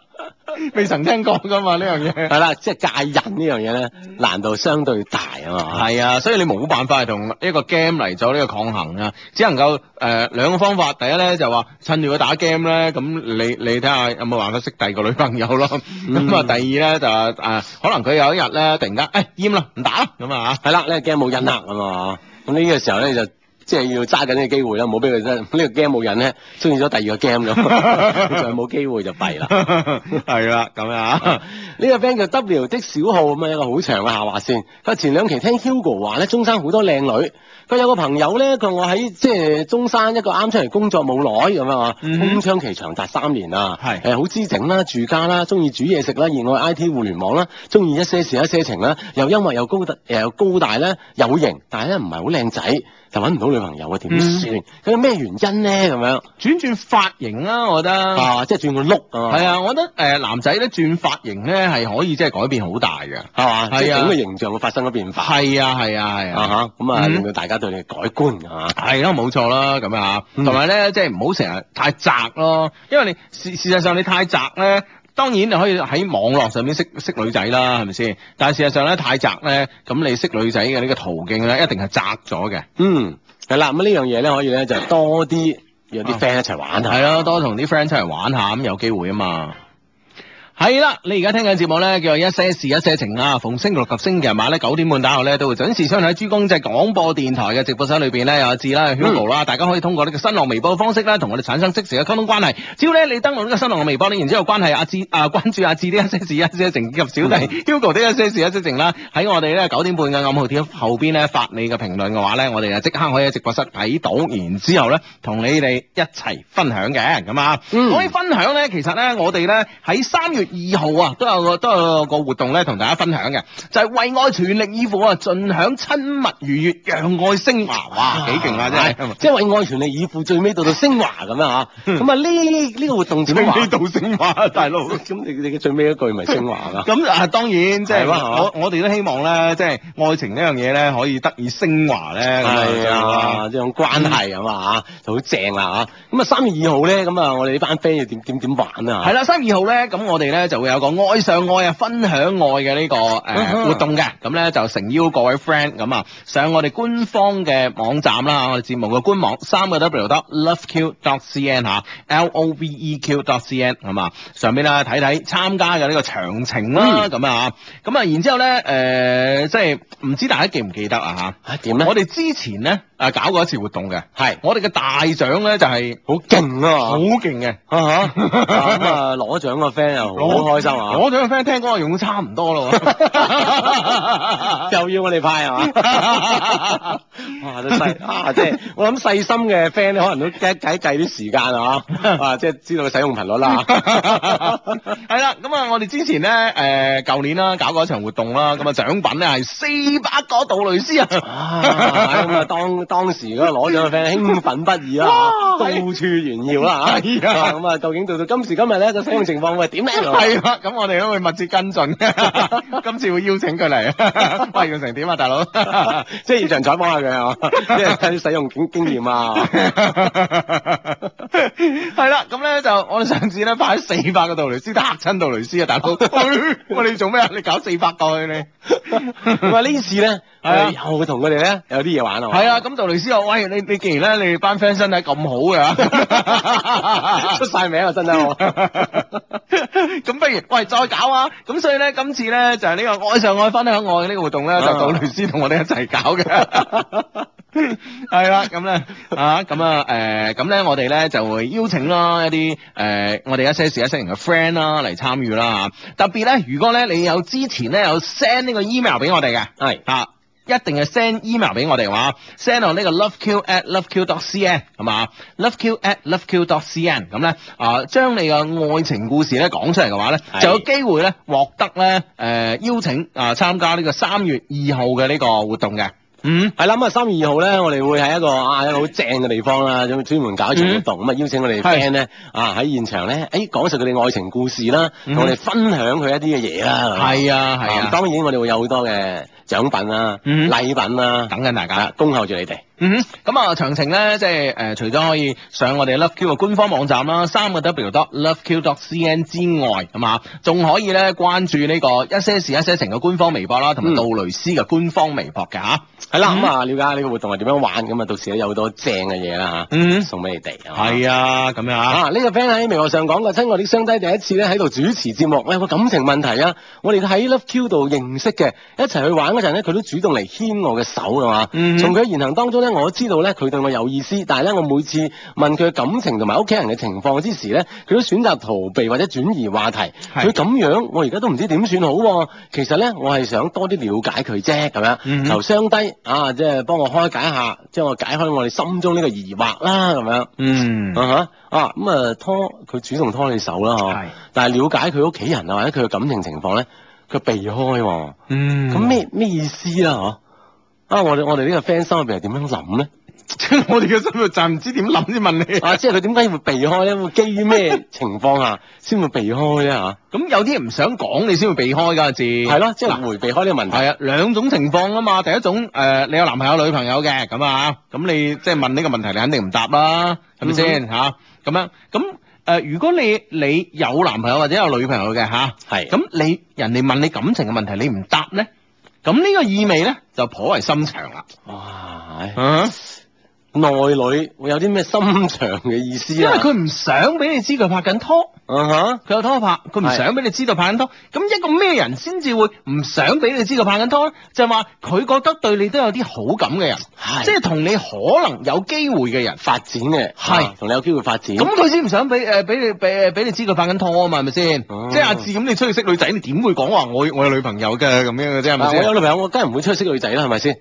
A: 未曾聽過噶嘛呢樣嘢。
C: 係啦，即係戒癮呢樣嘢咧，
A: 嗯
C: 難度相對大啊嘛。
A: 係啊，所以你冇辦法係同一個 game 嚟做呢個抗衡啊，只能夠誒、呃、兩個方法。第一咧就話趁住佢打 game 咧，咁你你睇下有冇辦法識第二個女朋友咯。咁啊、第二咧就誒、呃可能佢有一日咧突然間誒厭啦，唔打啦咁啊
C: 係啦，呢個 game 冇癮啦咁啊，咁呢個時候咧就即係要揸緊呢個機會啦，唔好俾佢真呢個 game 冇癮咧，中意咗第二個 game 咁，你再冇機會就弊啦。
A: 係啦，咁啊，
C: 呢個 friend 叫 W 的小號咁啊，一個好長嘅下話先。佢話前兩期聽 Hugo 話咧，中山好多靚女。佢有個朋友咧，佢話我喺即係中山一個啱出嚟工作冇耐咁啊，
A: 嗯
C: 空窗期長達三年啊。
A: 係
C: 誒好知整啦，住家啦，中意煮嘢食啦，熱愛 I T 互聯網啦，中意一些事一些情啦，又幽默又高大又高大咧，有型，但係咧唔係好靚仔，就揾唔到女朋友啊，點算？
A: 嗯
C: 佢有咩原因咧？咁樣
A: 轉轉髮型啦，我覺得。
C: 啊，即係轉個碌啊，
A: 係啊，我覺得誒、呃男仔咧轉髮型咧係可以即係改變好大嘅。
C: 係嘛，即係
A: 係啊
C: 整個形象會發生咗變化。
A: 係啊，係啊，係啊。
C: 啊吓，咁啊
A: 嗯
C: 令到大家對你嘅改觀啊，
A: 係咯，冇錯啦，咁啊，
C: 嗯
A: 同埋咧，即係唔好成日太宅咯，因為你事事實上你太宅咧，當然你可以喺網絡上面識識女仔啦，係咪先？但係事實上咧太宅咧，咁你識女仔嘅呢個途徑咧，一定係窄咗嘅。
C: 嗯，係啦，咁呢樣嘢咧可以咧就多
A: 啊
C: 啲約啲 friend 一齊玩下，
A: 係咯，多同啲 friend 出嚟玩下咁有機會啊嘛。啊係啦，你而家聽緊節目咧，叫做一些事一些情啊。逢星期六及星期日晚咧，九點半打後咧，都會準時相喺珠江濟廣播電台嘅直播室裏邊咧，有阿志啦、有 Hugo 啦，大家可以通過呢個新浪微博嘅方式咧，同我哋產生即時嘅溝通關係。只要咧你登錄呢個新浪嘅微博咧，然之後關係阿志啊，關注阿志啲一些事一些情以及小弟 Hugo 啲一些事一些情啦，喺我哋咧九點半嘅暗號貼後邊咧發你嘅評論嘅話咧，我哋啊即刻可以喺直播室睇到，然之後咧同你哋一齊分享嘅咁啊。
C: 嗯
A: 可以分享咧，其實咧我哋咧喺三月二號啊，都有個都有個活動咧同大家分享嘅，就係、為愛全力以赴啊，盡享親密愉悦，讓愛升華，哇，幾勁啊真係！嗯
C: 即係為愛全力以赴，最尾到到升華咁樣 嚇。咁啊呢呢個活動點樣話？
A: 度升華，大佬。
C: 咁你你嘅最尾一句咪升華 啦？
A: 咁啊，當然即
C: 係
A: 係
C: 嘛係嘛
A: 我我哋都希望咧，即係愛情呢樣嘢咧，可以得以升華咧。咁啊
C: 係
A: 最好啦
C: 啊，呢種關係咁啊嚇，就好正啦嚇。咁啊三月二號咧，咁啊我哋呢班 friend 要點點點玩啊？
A: 係啦，三月二號咧，咁我哋咧就會有個愛上愛啊，分享愛嘅呢、個誒、
C: 嗯哼
A: 活動嘅，咁咧就誠邀各位 friend 咁啊，上我哋官方嘅網站啦，我哋節目嘅官網三個 W dot loveq dot cn 嚇，L O V E Q dot cn 係嘛，啊上邊啦睇睇參加嘅呢個詳情啦，
C: 嗯
A: 咁啊、咁啊，然之後咧誒、即係唔知大家記唔記得啊嚇？
C: 啊點咧？
A: 我哋之前咧啊搞過一次活動嘅，
C: 係
A: 我哋嘅大獎咧就係
C: 好勁
A: 好
C: 啊！
A: 勁嘅。
C: 啊嚇咁啊攞獎嘅 friend 又好開心啊！
A: 我哋個 friend 聽講用差唔 多咯喎。
C: 又要我哋啊派係嘛？哇！都細啊，即係我諗細心嘅 friend 咧，可能都計計計啲時間 啊，啊，即係知道佢使用頻率啦。
A: 啊係啦，咁啊，我哋之前咧，誒舊年啦，搞過一場活動啦，咁啊獎品咧係四百個杜蕾 斯啊！
C: 啊，咁啊，當當時嗰個攞獎嘅 friend 興奮不已啦，啊
A: 哇
C: 到
A: 係
C: 處炫耀啦
A: 係啊
C: 咁啊，究竟到到今時今日咧個使用情況會係點咧？
A: 係啦，咁我哋都會密切跟 進，今次會邀請佢嚟。喂，用成點啊，大佬？
C: 即係現場採訪下佢啊，即係睇啲使用經經驗啊。
A: 係啦，咁咧就我哋上次咧派咗四百個杜蕾斯，嚇親杜蕾斯啊，大佬！我哋做咩啊？你搞四百個去你？
C: 咁啊，呢次咧，我
A: 係啊
C: 哋又同佢哋咧有啲嘢玩啊。
A: 係啊，咁杜蕾斯話：喂，你你既然咧，你哋班 friend 身體咁好嘅啊
C: 出晒名啊，真係我。
A: 咁不如喂再搞啊！咁所以咧，今次咧就係呢個愛上愛分享愛呢個活動咧，
C: 啊
A: 就杜蕾斯同我哋一齊搞嘅。 係啦，咁咧啊，咁啊，誒，咁咧我哋咧就會邀請啦一啲誒，我哋一些事一些情嘅 friend 啦嚟參與啦啊嚇。特別咧，如果咧你有之前咧有 send 呢個 email 俾我哋嘅。
C: 係。
A: 啊，一定係 send email 俾我哋嘅話，send 到呢個 loveq at loveq dot cn 係嘛？loveq at loveq dot cn 咁咧啊，將你嘅愛情故事咧講出嚟嘅話咧，
C: 係
A: 就有機會咧獲得咧誒、呃邀請啊參加呢個三月二號嘅呢個活動嘅。嗯，
C: 係啦，咁啊三月二號咧，我哋會喺一個啊一個好正嘅地方啦，咁專門搞一場活動，咁啊、邀請我哋
A: 係
C: friend 咧啊喺現場咧，誒講述佢哋愛情故事啦，
A: 嗯
C: 同我哋分享佢一啲嘅嘢啦，
A: 係啊係啊，
C: 當然我哋會有好多嘅獎品啦、
A: 嗯
C: 禮品啦，
A: 等緊大家。
C: 啊恭候住你哋。
A: 嗯哼，咁啊，詳情咧，即係誒、呃除咗可以上我哋 LoveQ 嘅官方網站啦，三個 W dot loveq dot cn 之外，係嘛，仲可以咧關注呢個一些事一些情嘅官方微博啦，同埋
C: 嗯
A: 杜蕾斯嘅官方微博嘅嚇。嗯
C: 係啦，咁啊了解下呢個活動係點樣玩，咁啊到時咧有好多正嘅嘢啦嚇，
A: 嗯
C: 送俾你哋。
A: 係啊，咁樣啊。
C: 啊！呢、個 friend 喺微博上講嘅，親愛啲雙低第一次咧喺度主持節目，我有個感情問題啊！我哋喺 Love Q 度認識嘅，一齊去玩嗰陣咧，佢都主動嚟牽我嘅手㗎嘛。
A: 嗯
C: 從佢嘅言行當中咧，我知道咧佢對我有意思，但係咧我每次問佢嘅感情同埋屋企人嘅情況之時咧，佢都選擇逃避或者轉移話題。
A: 係
C: 佢咁樣，我而家都唔知點算好喎、其實咧，我係想多啲了解佢啫，咁樣、
A: 嗯
C: 求雙低啊，即係幫我開解下，即係我解開我哋心中呢個疑惑啦，咁樣。
A: 嗯
C: 啊哈啊咁啊拖佢主動拖你手啦
A: 係
C: 嗬，但係了解佢屋企人啊或者佢嘅感情情況咧，佢避開喎，
A: 嗯
C: 咁？咩咩意思啦嗬？啊我哋我哋呢個 friend 心入邊係點樣諗 咧？
A: 我哋嘅生活站唔知點諗先問你。
C: 啊即係佢點解會避開咧？會基於咩情況 下先會避開咧嚇？
A: 咁有啲唔想講，你先會避開㗎，字
C: 係咯，即
A: 嗱
C: 係迴避開呢個問題。
A: 係啊，兩種情況啊嘛。第一種誒、呃你有男朋友女朋友嘅咁啊，咁你即係問呢個問題，你肯定唔答啦，係咪先嚇？咁樣咁誒、呃如果你你有男朋友或者有女朋友嘅嚇，
C: 係
A: 咁你人哋問你感情嘅問題，你唔答咧，咁呢個意味咧就頗為深長啦。
C: 哇！唉
A: 嗯，
C: 內裏會有啲咩深長嘅意思
A: 因為
C: 啊？
A: 佢唔想俾你知佢拍緊拖，
C: 啊哈，
A: 佢有拖拍，佢唔
C: 係
A: 想俾你知道拍緊拖。咁一個咩人先至會唔想俾你知佢拍緊拖咧？就係話佢覺得對你都有啲好感嘅人，
C: 係
A: 即係同你可能有機會嘅人。
C: 發展嘅
A: 係
C: 啊同你有機會發展。
A: 咁佢先唔想俾誒俾你俾誒俾你知佢拍緊拖啊嘛，係咪先？
C: 哦
A: 即係阿志咁，你出去識女仔，你點會講話我我有女朋友嘅咁樣嘅啫，係咪
C: 啊我
A: 先？
C: 有女朋友，我梗係唔會出去識女仔啦，係咪 先？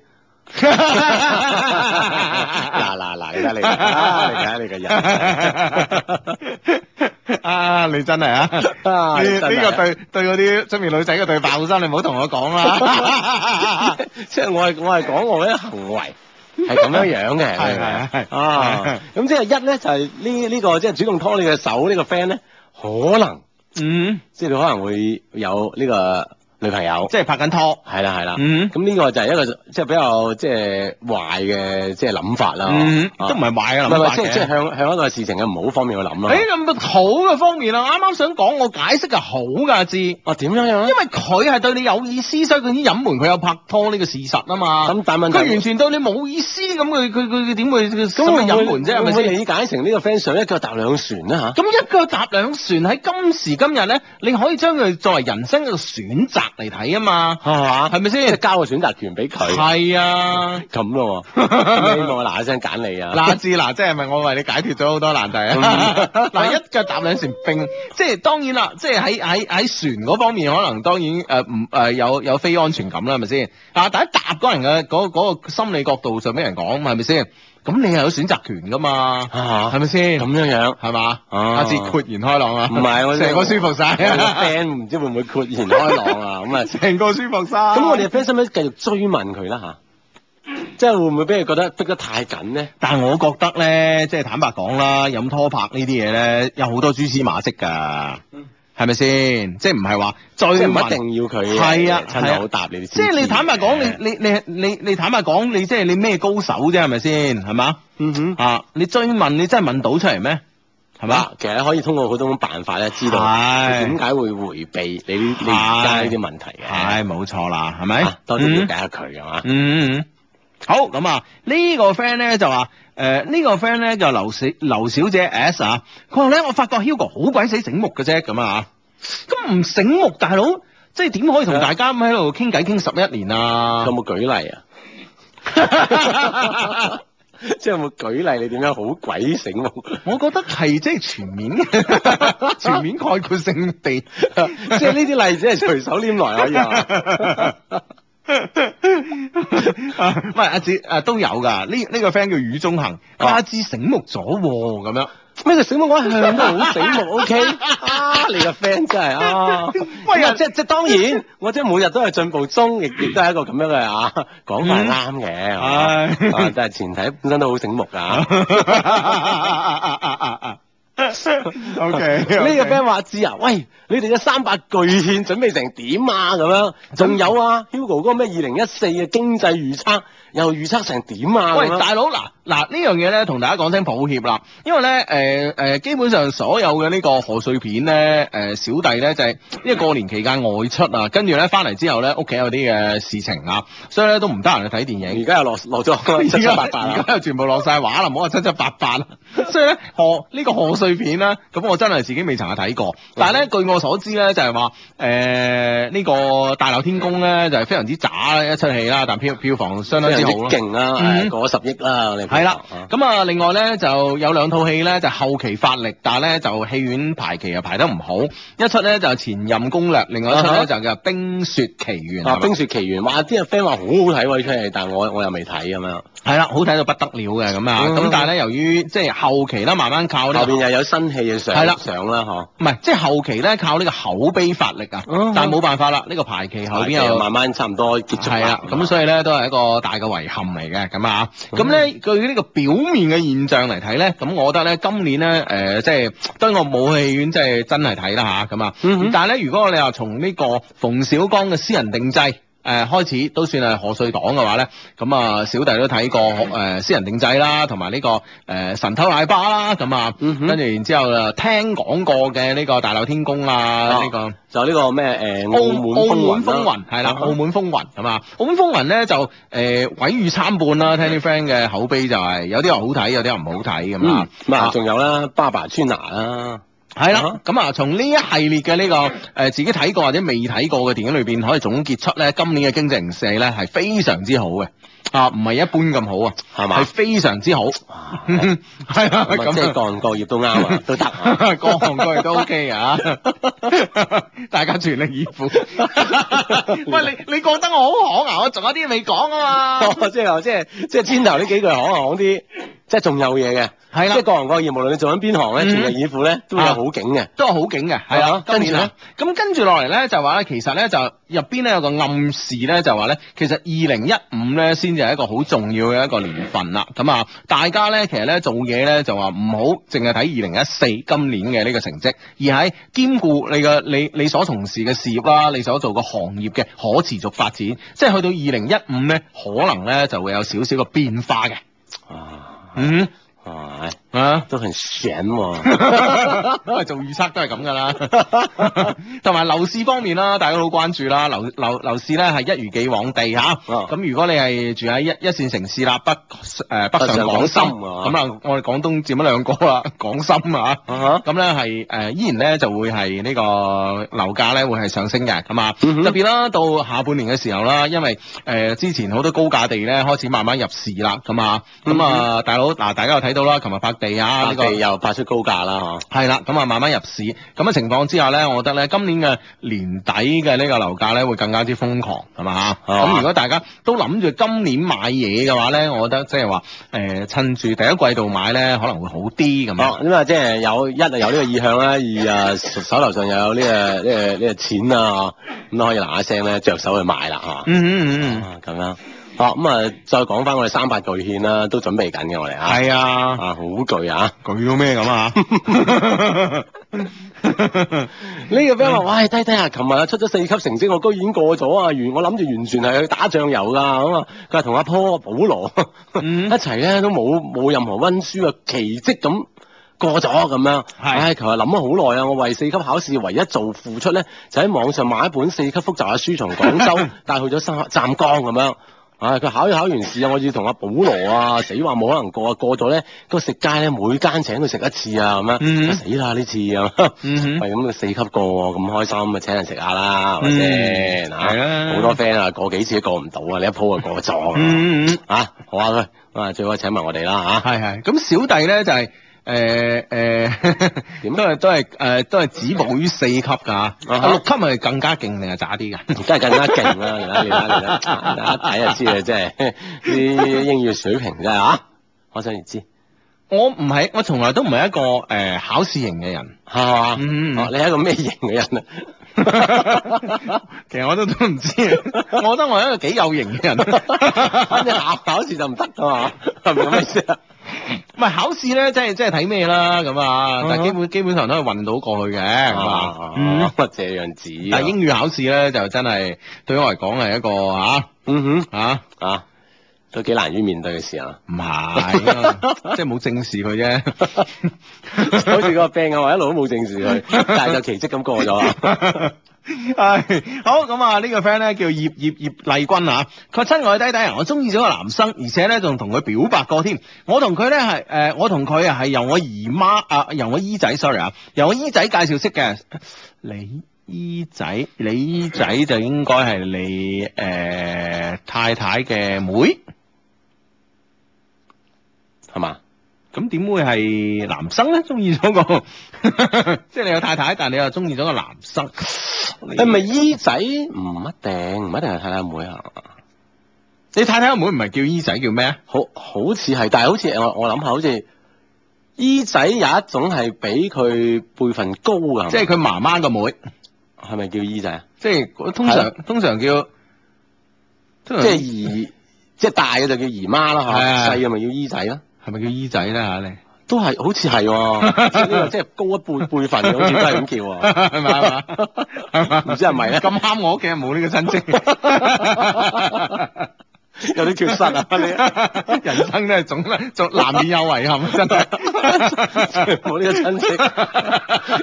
C: 嗱嗱嗱，你睇你，啊你睇你嘅人，
A: 啊！你真係啊！
C: 啊
A: 你
C: 你真係
A: 呢個對對嗰啲中面女仔嘅對白，好心你唔好同我講 啦。
C: 即係我係我係講我嘅行為。 係咁樣樣嘅，
A: 係係係
C: 啊，咁即係一咧就係呢呢個即係主動拖你嘅手呢個 friend 咧，可能
A: 嗯，
C: 即係你可能會有呢個女朋友，
A: 即係拍緊拖。
C: 係啦係啦，
A: 嗯
C: 咁呢個就係一個即係比較即係壞嘅即係諗法啦，
A: 嗯，
C: 啊
A: 都唔係壞
C: 唔係
A: 嘅諗
C: 唔
A: 法
C: 係即係即係
A: 嘅。
C: 向向一個事情嘅唔好方面去諗啦。
A: 誒咁好嘅方面啊，啱啱想講我解釋係好㗎，阿志。
C: 哦點樣樣
A: 因
C: 咧？
A: 為佢係對你有意思，所以佢先隱瞞佢有拍拖呢個事實啊嘛。
C: 咁但係問題
A: 佢完全對你冇意思，咁佢佢佢佢點會佢
C: 咁
A: 咁會隱瞞啫？係
C: 會
A: 咪
C: 唔會
A: 先？
C: 理解成呢個 friend 上一腳踏兩船啊咧嚇？
A: 咁一腳踏兩船喺今時今日咧，你可以將佢作為人生一個選擇嚟睇啊嘛，
C: 係嘛？
A: 係咪
C: 即係
A: 先？
C: 交個選擇權俾佢。
A: 係啊，
C: 咁咯 喎，咁希望我嗱一聲揀 你啊！
A: 嗱志嗱，即係咪我為你解決咗好多難題
C: 嗯
A: 啊？ 嗱，一腳踏兩船並即係當然啦，即係喺喺喺船嗰方面，可能當然誒唔誒有有非安全感啦，係咪先？啊，但係踏嗰人嘅嗰嗰個心理角度上俾人講，係咪先？咁你係有選擇權噶嘛？
C: 啊
A: 係咪先？
C: 咁樣樣，
A: 係嘛？
C: 啊
A: 阿志豁然開朗啊！
C: 唔係我
A: 成個舒服
C: 我哋 個
A: 晒，啊
C: friend 唔知會唔會豁然開朗 啊？咁啊，
A: 成個舒服晒。
C: 咁
A: 咁
C: 我哋嘅 friend 使唔使繼續追問佢啦嚇？即係會唔會俾佢覺得逼得太緊咧？
A: 但係我覺得咧，即係坦白講啦，飲拖拍呢啲嘢咧，有好多蛛絲馬跡㗎，係咪先？嗯即係唔係話追
C: 即係唔
A: 問
C: 一定要佢
A: 係啊
C: 親
A: 係啊
C: 口答你先知嘅。嗯
A: 即係你坦白講，你你你你你坦白講，你即係你咩高手啫，係咪先？係嘛？
C: 嗯哼。
A: 啊，你追問你真係問到出嚟咩？係嘛
C: 嗱？啊其實咧可以通過好多種辦法咧，知道
A: 係
C: 佢點解會迴避你呢你而家呢啲問題嘅。
A: 係冇錯啦，係咪
C: 啊，？多啲了
A: 嗯
C: 解下佢嘅嘛。
A: 嗯，嗯好咁啊！呢、個 friend 咧就話，誒、呢、個 friend 咧就劉小劉小姐 S 啊，佢話咧我發覺 Hugo 好鬼死醒目嘅啫，咁啊，咁唔醒目大佬，即係點啊可以同大家咁喺度傾偈傾十一年啊
C: 有？冇舉例啊？即係有冇舉例？你點樣好鬼醒目？
A: 我覺得係即係全面 全面概括性地，
C: 即係呢啲例子係隨手拈來可以 啊。
A: 唔係阿志誒都有噶，呢呢個 friend 叫雨中行，
C: 哦
A: 阿志醒目咗喎咁樣。
C: 咩叫醒目？我一向都好醒目，OK？啊， 你個 friend 真係啊！
A: 喂
C: 喂
A: 啊
C: 啊，即即當然，我即係每日都係進步中，亦亦都係一個咁樣嘅啊講
A: 嗯
C: 法係啱嘅，係嘛
A: 係
C: 啊但係前提本身都好醒目
A: 啊
C: 㗎。
A: O K，
C: 呢個 friend 話知啊，喂，你哋嘅三百巨獻準備成點啊？咁樣，仲有啊，Hugo 嗰個咩二零一四嘅經濟預測又預測成點啊？
A: 喂，
C: 咁樣
A: 大佬嗱嗱呢樣嘢咧，同大家講聲抱歉啦，因為咧誒誒，呃基本上所有嘅呢個賀歲片咧，誒、小弟咧就係、因為過年期間外出啊，跟住咧翻嚟之後咧，屋企有啲嘅事情啊，所以咧都唔得閒去睇電影
C: 而。家又落落咗七七八啊八
A: 而
C: 啦。
A: 家又全部落晒畫啦，唔好話七七八 八啦。所以咧，賀呢、個賀歲片咧，咁我真係自己未曾係睇
C: 嗯
A: 過。但係咧，據我所知咧，就係話誒呢個《大鬧天宮》咧，就係、非常之渣一出戲啦，但票票房相當
C: 非
A: 之
C: 常
A: 好
C: 之
A: 咯。
C: 勁啦，
A: 嗯
C: 係過咗十億啦，你
A: 係啦
C: 啊，
A: 咁啊，另外咧就有兩套戲咧就後期發力，但係咧就戲院排期又排得唔好。一出咧就係前任攻略，另外一出咧
C: 啊哈
A: 就叫《冰雪奇緣》
C: 啊
A: 係
C: 《
A: 嘛
C: 冰雪奇緣》哇！啲人 friend 話好好睇喎呢出戲，但係我我又未睇咁樣。
A: 係啦，好睇到不得了嘅咁啊！
C: 嗯
A: 咁但係咧，由於即係後期啦，慢慢靠啊呢
C: 後
A: 個
C: 邊又有新戲嘅上
A: 係啦
C: 上啦，嗬。
A: 唔係，即係後期咧靠呢個口碑發力啊，
C: 嗯
A: 但係冇辦法啦，呢、個排期後邊
C: 又
A: 又
C: 慢慢差唔多結束
A: 係啦，咁所以咧都係一個大嘅遺憾嚟嘅咁啊。咁咧據呢個表面嘅現象嚟睇咧，咁我覺得咧今年咧誒、呃即係當然我冇去戲院即係真係睇啦吓，咁啊。
C: 嗯哼
A: 但係咧，如果你話從呢個馮小剛嘅私人定製誒開始都算係賀歲檔嘅話咧，咁啊小弟都睇過
C: 嗯
A: 誒、私人定製啦，同埋呢個誒、呃神偷奶爸啦，咁啊，
C: 嗯哼
A: 跟住然之後啊聽講過嘅呢個大鬧天宮啊，
C: 啊
A: 呢、個。
C: 就呢個咩誒澳門
A: 澳門風雲
C: 雲
A: 係啦，
C: 啊
A: 澳門風雲咁啊，澳門風雲咧就誒毀譽參半啦，聽啲 friend 嘅口碑就係有啲人好睇，有啲人唔好睇咁
C: 嗯，
A: 啊
C: 咁啊
A: 啊
C: 仲有啦，巴爸川拿啦，
A: 係
C: 啊
A: 啦
C: 哈，
A: 咁啊，從呢一系列嘅呢、個誒、呃自己睇過或者未睇過嘅電影裏邊，可以總結出咧今年嘅經濟形勢咧係非常之好嘅，啊，唔係一般咁好啊，
C: 係嘛
A: 係非常之好，
C: 哇
A: 係啦，
C: 咁啊即係各
A: 咁
C: 行各業都啱 啊，都得啊。
A: 啊，各行各業都 OK 啊， 大家全力以 赴。喂，你你覺得我好行啊？我仲有啲嘢未講啊 嘛。
C: 哦，即係話即係即係先頭呢幾句行行行啲，即係仲有嘢嘅，
A: 係啦
C: 即係各行各業，無論你做緊邊行咧，
A: 嗯
C: 全力以赴咧，都會有
A: 啊
C: 好景嘅。
A: 都係好景嘅，係
C: 係
A: 啊
C: 啊，
A: 今年啊
C: 跟，
A: 咁跟住落嚟咧就話咧，其實咧就入邊咧有個暗示咧，就話咧，其實二零一五咧先至係一個好重要嘅一個年份啦。咁啊，大家咧其實咧做嘢咧就話唔好淨係睇二零一四今年嘅呢個成績，而係兼顧你嘅你你所從事嘅事業啦，你所做嘅行業嘅可持續發展，即係去到二零一五咧，可能咧就會有少少嘅變化嘅。
C: 啊，
A: 嗯
C: 啊
A: 啊。
C: 都很醒 喎。
A: 做預測都係咁噶啦， 同埋樓市方面啦，大家都好關注啦。樓樓樓市咧係一如既往地嚇，咁、如果你係住喺一一線城市啦，北誒、北上廣深，咁啊，我哋廣東佔咗兩個啦， 廣深啊。
C: 啊哈
A: 咁咧係誒依然咧就會係呢個樓價咧會係上升嘅，咁啊、
C: 嗯哼
A: 特別啦到下半年嘅時候啦，因為誒、呃之前好多高價地咧開始慢慢入市啦，咁啊咁啊、大佬嗱大家有睇到啦，琴日拍地啊呢、
C: 我
A: 個
C: 哋又拍出高價啦，嗬。
A: 係啦，咁啊慢慢入市，咁嘅情況之下咧，我覺得咧今年嘅年底嘅呢個樓價咧會更加之瘋狂，係嘛嚇？
C: 係嘛
A: 咁如果大家都諗住今年買嘢嘅話咧，我覺得即係話誒趁住第一季度買咧，可能會好啲咁樣
C: 哦，。咁啊，即係有一啊有呢個意向啦，二啊手頭上又有呢個呢個呢個錢啊，咁都可以嗱嗱聲咧着手去買啦，嚇。
A: 嗯嗯嗯嗯，
C: 啊咁樣。哦，咁啊，再講翻我哋三八巨獻啦，都準備緊嘅我哋啊。
A: 係啊。
C: 啊，好巨啊！
A: 舉到咩咁啊？
C: 呢個 friend 話：，喂，低低啊！琴日啊出咗四級成績，我居然過咗啊！完我諗住完全係去打醬油㗎咁啊！佢話同阿坡保羅
A: 嗯
C: 一齊咧，都冇冇任何温書啊，奇蹟咁過咗咁樣。唉，琴日諗咗好耐啊！我為四級考試唯一做付出咧，就喺網上買一本四級複雜嘅書，從廣州 帶去咗三湛江咁樣。唉，佢考一考完試啊，我要同阿保羅啊，死話冇可能過啊！過咗咧，個食街咧每間請佢食一次啊，咁樣、
A: 嗯
C: 死啦呢次啊！
A: 嗯
C: 喂，咁佢四級過喎，咁開心咪請人食下啦，係咪先？
A: 嗯
C: 啊
A: 係啊
C: 好多 friend 啊，過幾次都過唔到啊，你一鋪就過咗啊
A: 嗯嗯，
C: 啊，好啊佢，咁啊最好請埋我哋啦嚇。
A: 係係。咁小弟咧就係誒 誒，
C: 點
A: 點都係都係誒都係止步於四級㗎嚇，
C: 哈
A: 六級咪更加勁定係渣啲㗎？
C: 梗係更加勁啦！而家你睇你睇，啊大家一睇就知啊，真係啲英語水平真係啊，可想而知，
A: 我唔係，我從來都唔係一個誒考試型嘅人。
C: 係嘛？
A: 嗯
C: 哦你係一個咩型嘅人啊？
A: 其實我都都唔 知，我覺得我係一個幾有型嘅人。
C: 反正考考試就唔得噶嘛，係咪咁意思啊？
A: 唔係考試咧，即係即係睇咩啦咁啊，但係基本基本上都係運到過去嘅咁啊
C: 啊。，
A: 嗯
C: 咁啊這樣子啊。
A: 但係英語考試咧就真係對我嚟講係一個啊嚇
C: 嗯
A: 嚇
C: 哼啊，都幾難於面對嘅事啊。
A: 唔 係，即係冇正視佢啫。
C: 好似個病啊，我一路都冇正視佢，但係就奇蹟咁過咗啦。
A: 係好咁啊！呢個 friend 咧叫葉葉葉麗君啊，佢話親愛低低人，啊我中意咗個男生，而且咧仲同佢表白過添。我同佢咧係誒，我同佢啊係由我姨媽啊，由我姨仔，sorry 啊，由我姨仔介紹識嘅。你姨仔，你姨仔就應該係你誒、呃太太嘅妹，
C: 係嘛？
A: 咁點會係男生咧？中意咗個， 即係你有太太，但係你又中意咗個男生，你
C: 誒，咪姨仔唔一定，唔一定係太太妹啊。
A: 你太太個妹唔係叫姨仔，叫咩啊？
C: 好好似係，但係好似我我諗下，好似姨仔有一種係比佢輩份高㗎，
A: 即係佢媽媽個妹，
C: 係咪叫姨仔啊？
A: 即係通常通常叫，
C: 即
A: 即
C: 係嗯姨，即係大嘅就叫姨媽啦，
A: 係啊
C: 嚇細嘅咪叫姨仔啦。
A: 係咪叫姨仔咧嚇你？
C: 都係好似係 喎，即係呢個即係高一半輩份嘅，好似都係咁叫喎。
A: 係咪啊？係嘛
C: 唔知係啊咪咧
A: 咁啱我屋企冇呢個親 戚。
C: 有啲缺失啊！你
A: 人生咧總總難免有遺憾，啊真 係。
C: 冇呢個親 戚，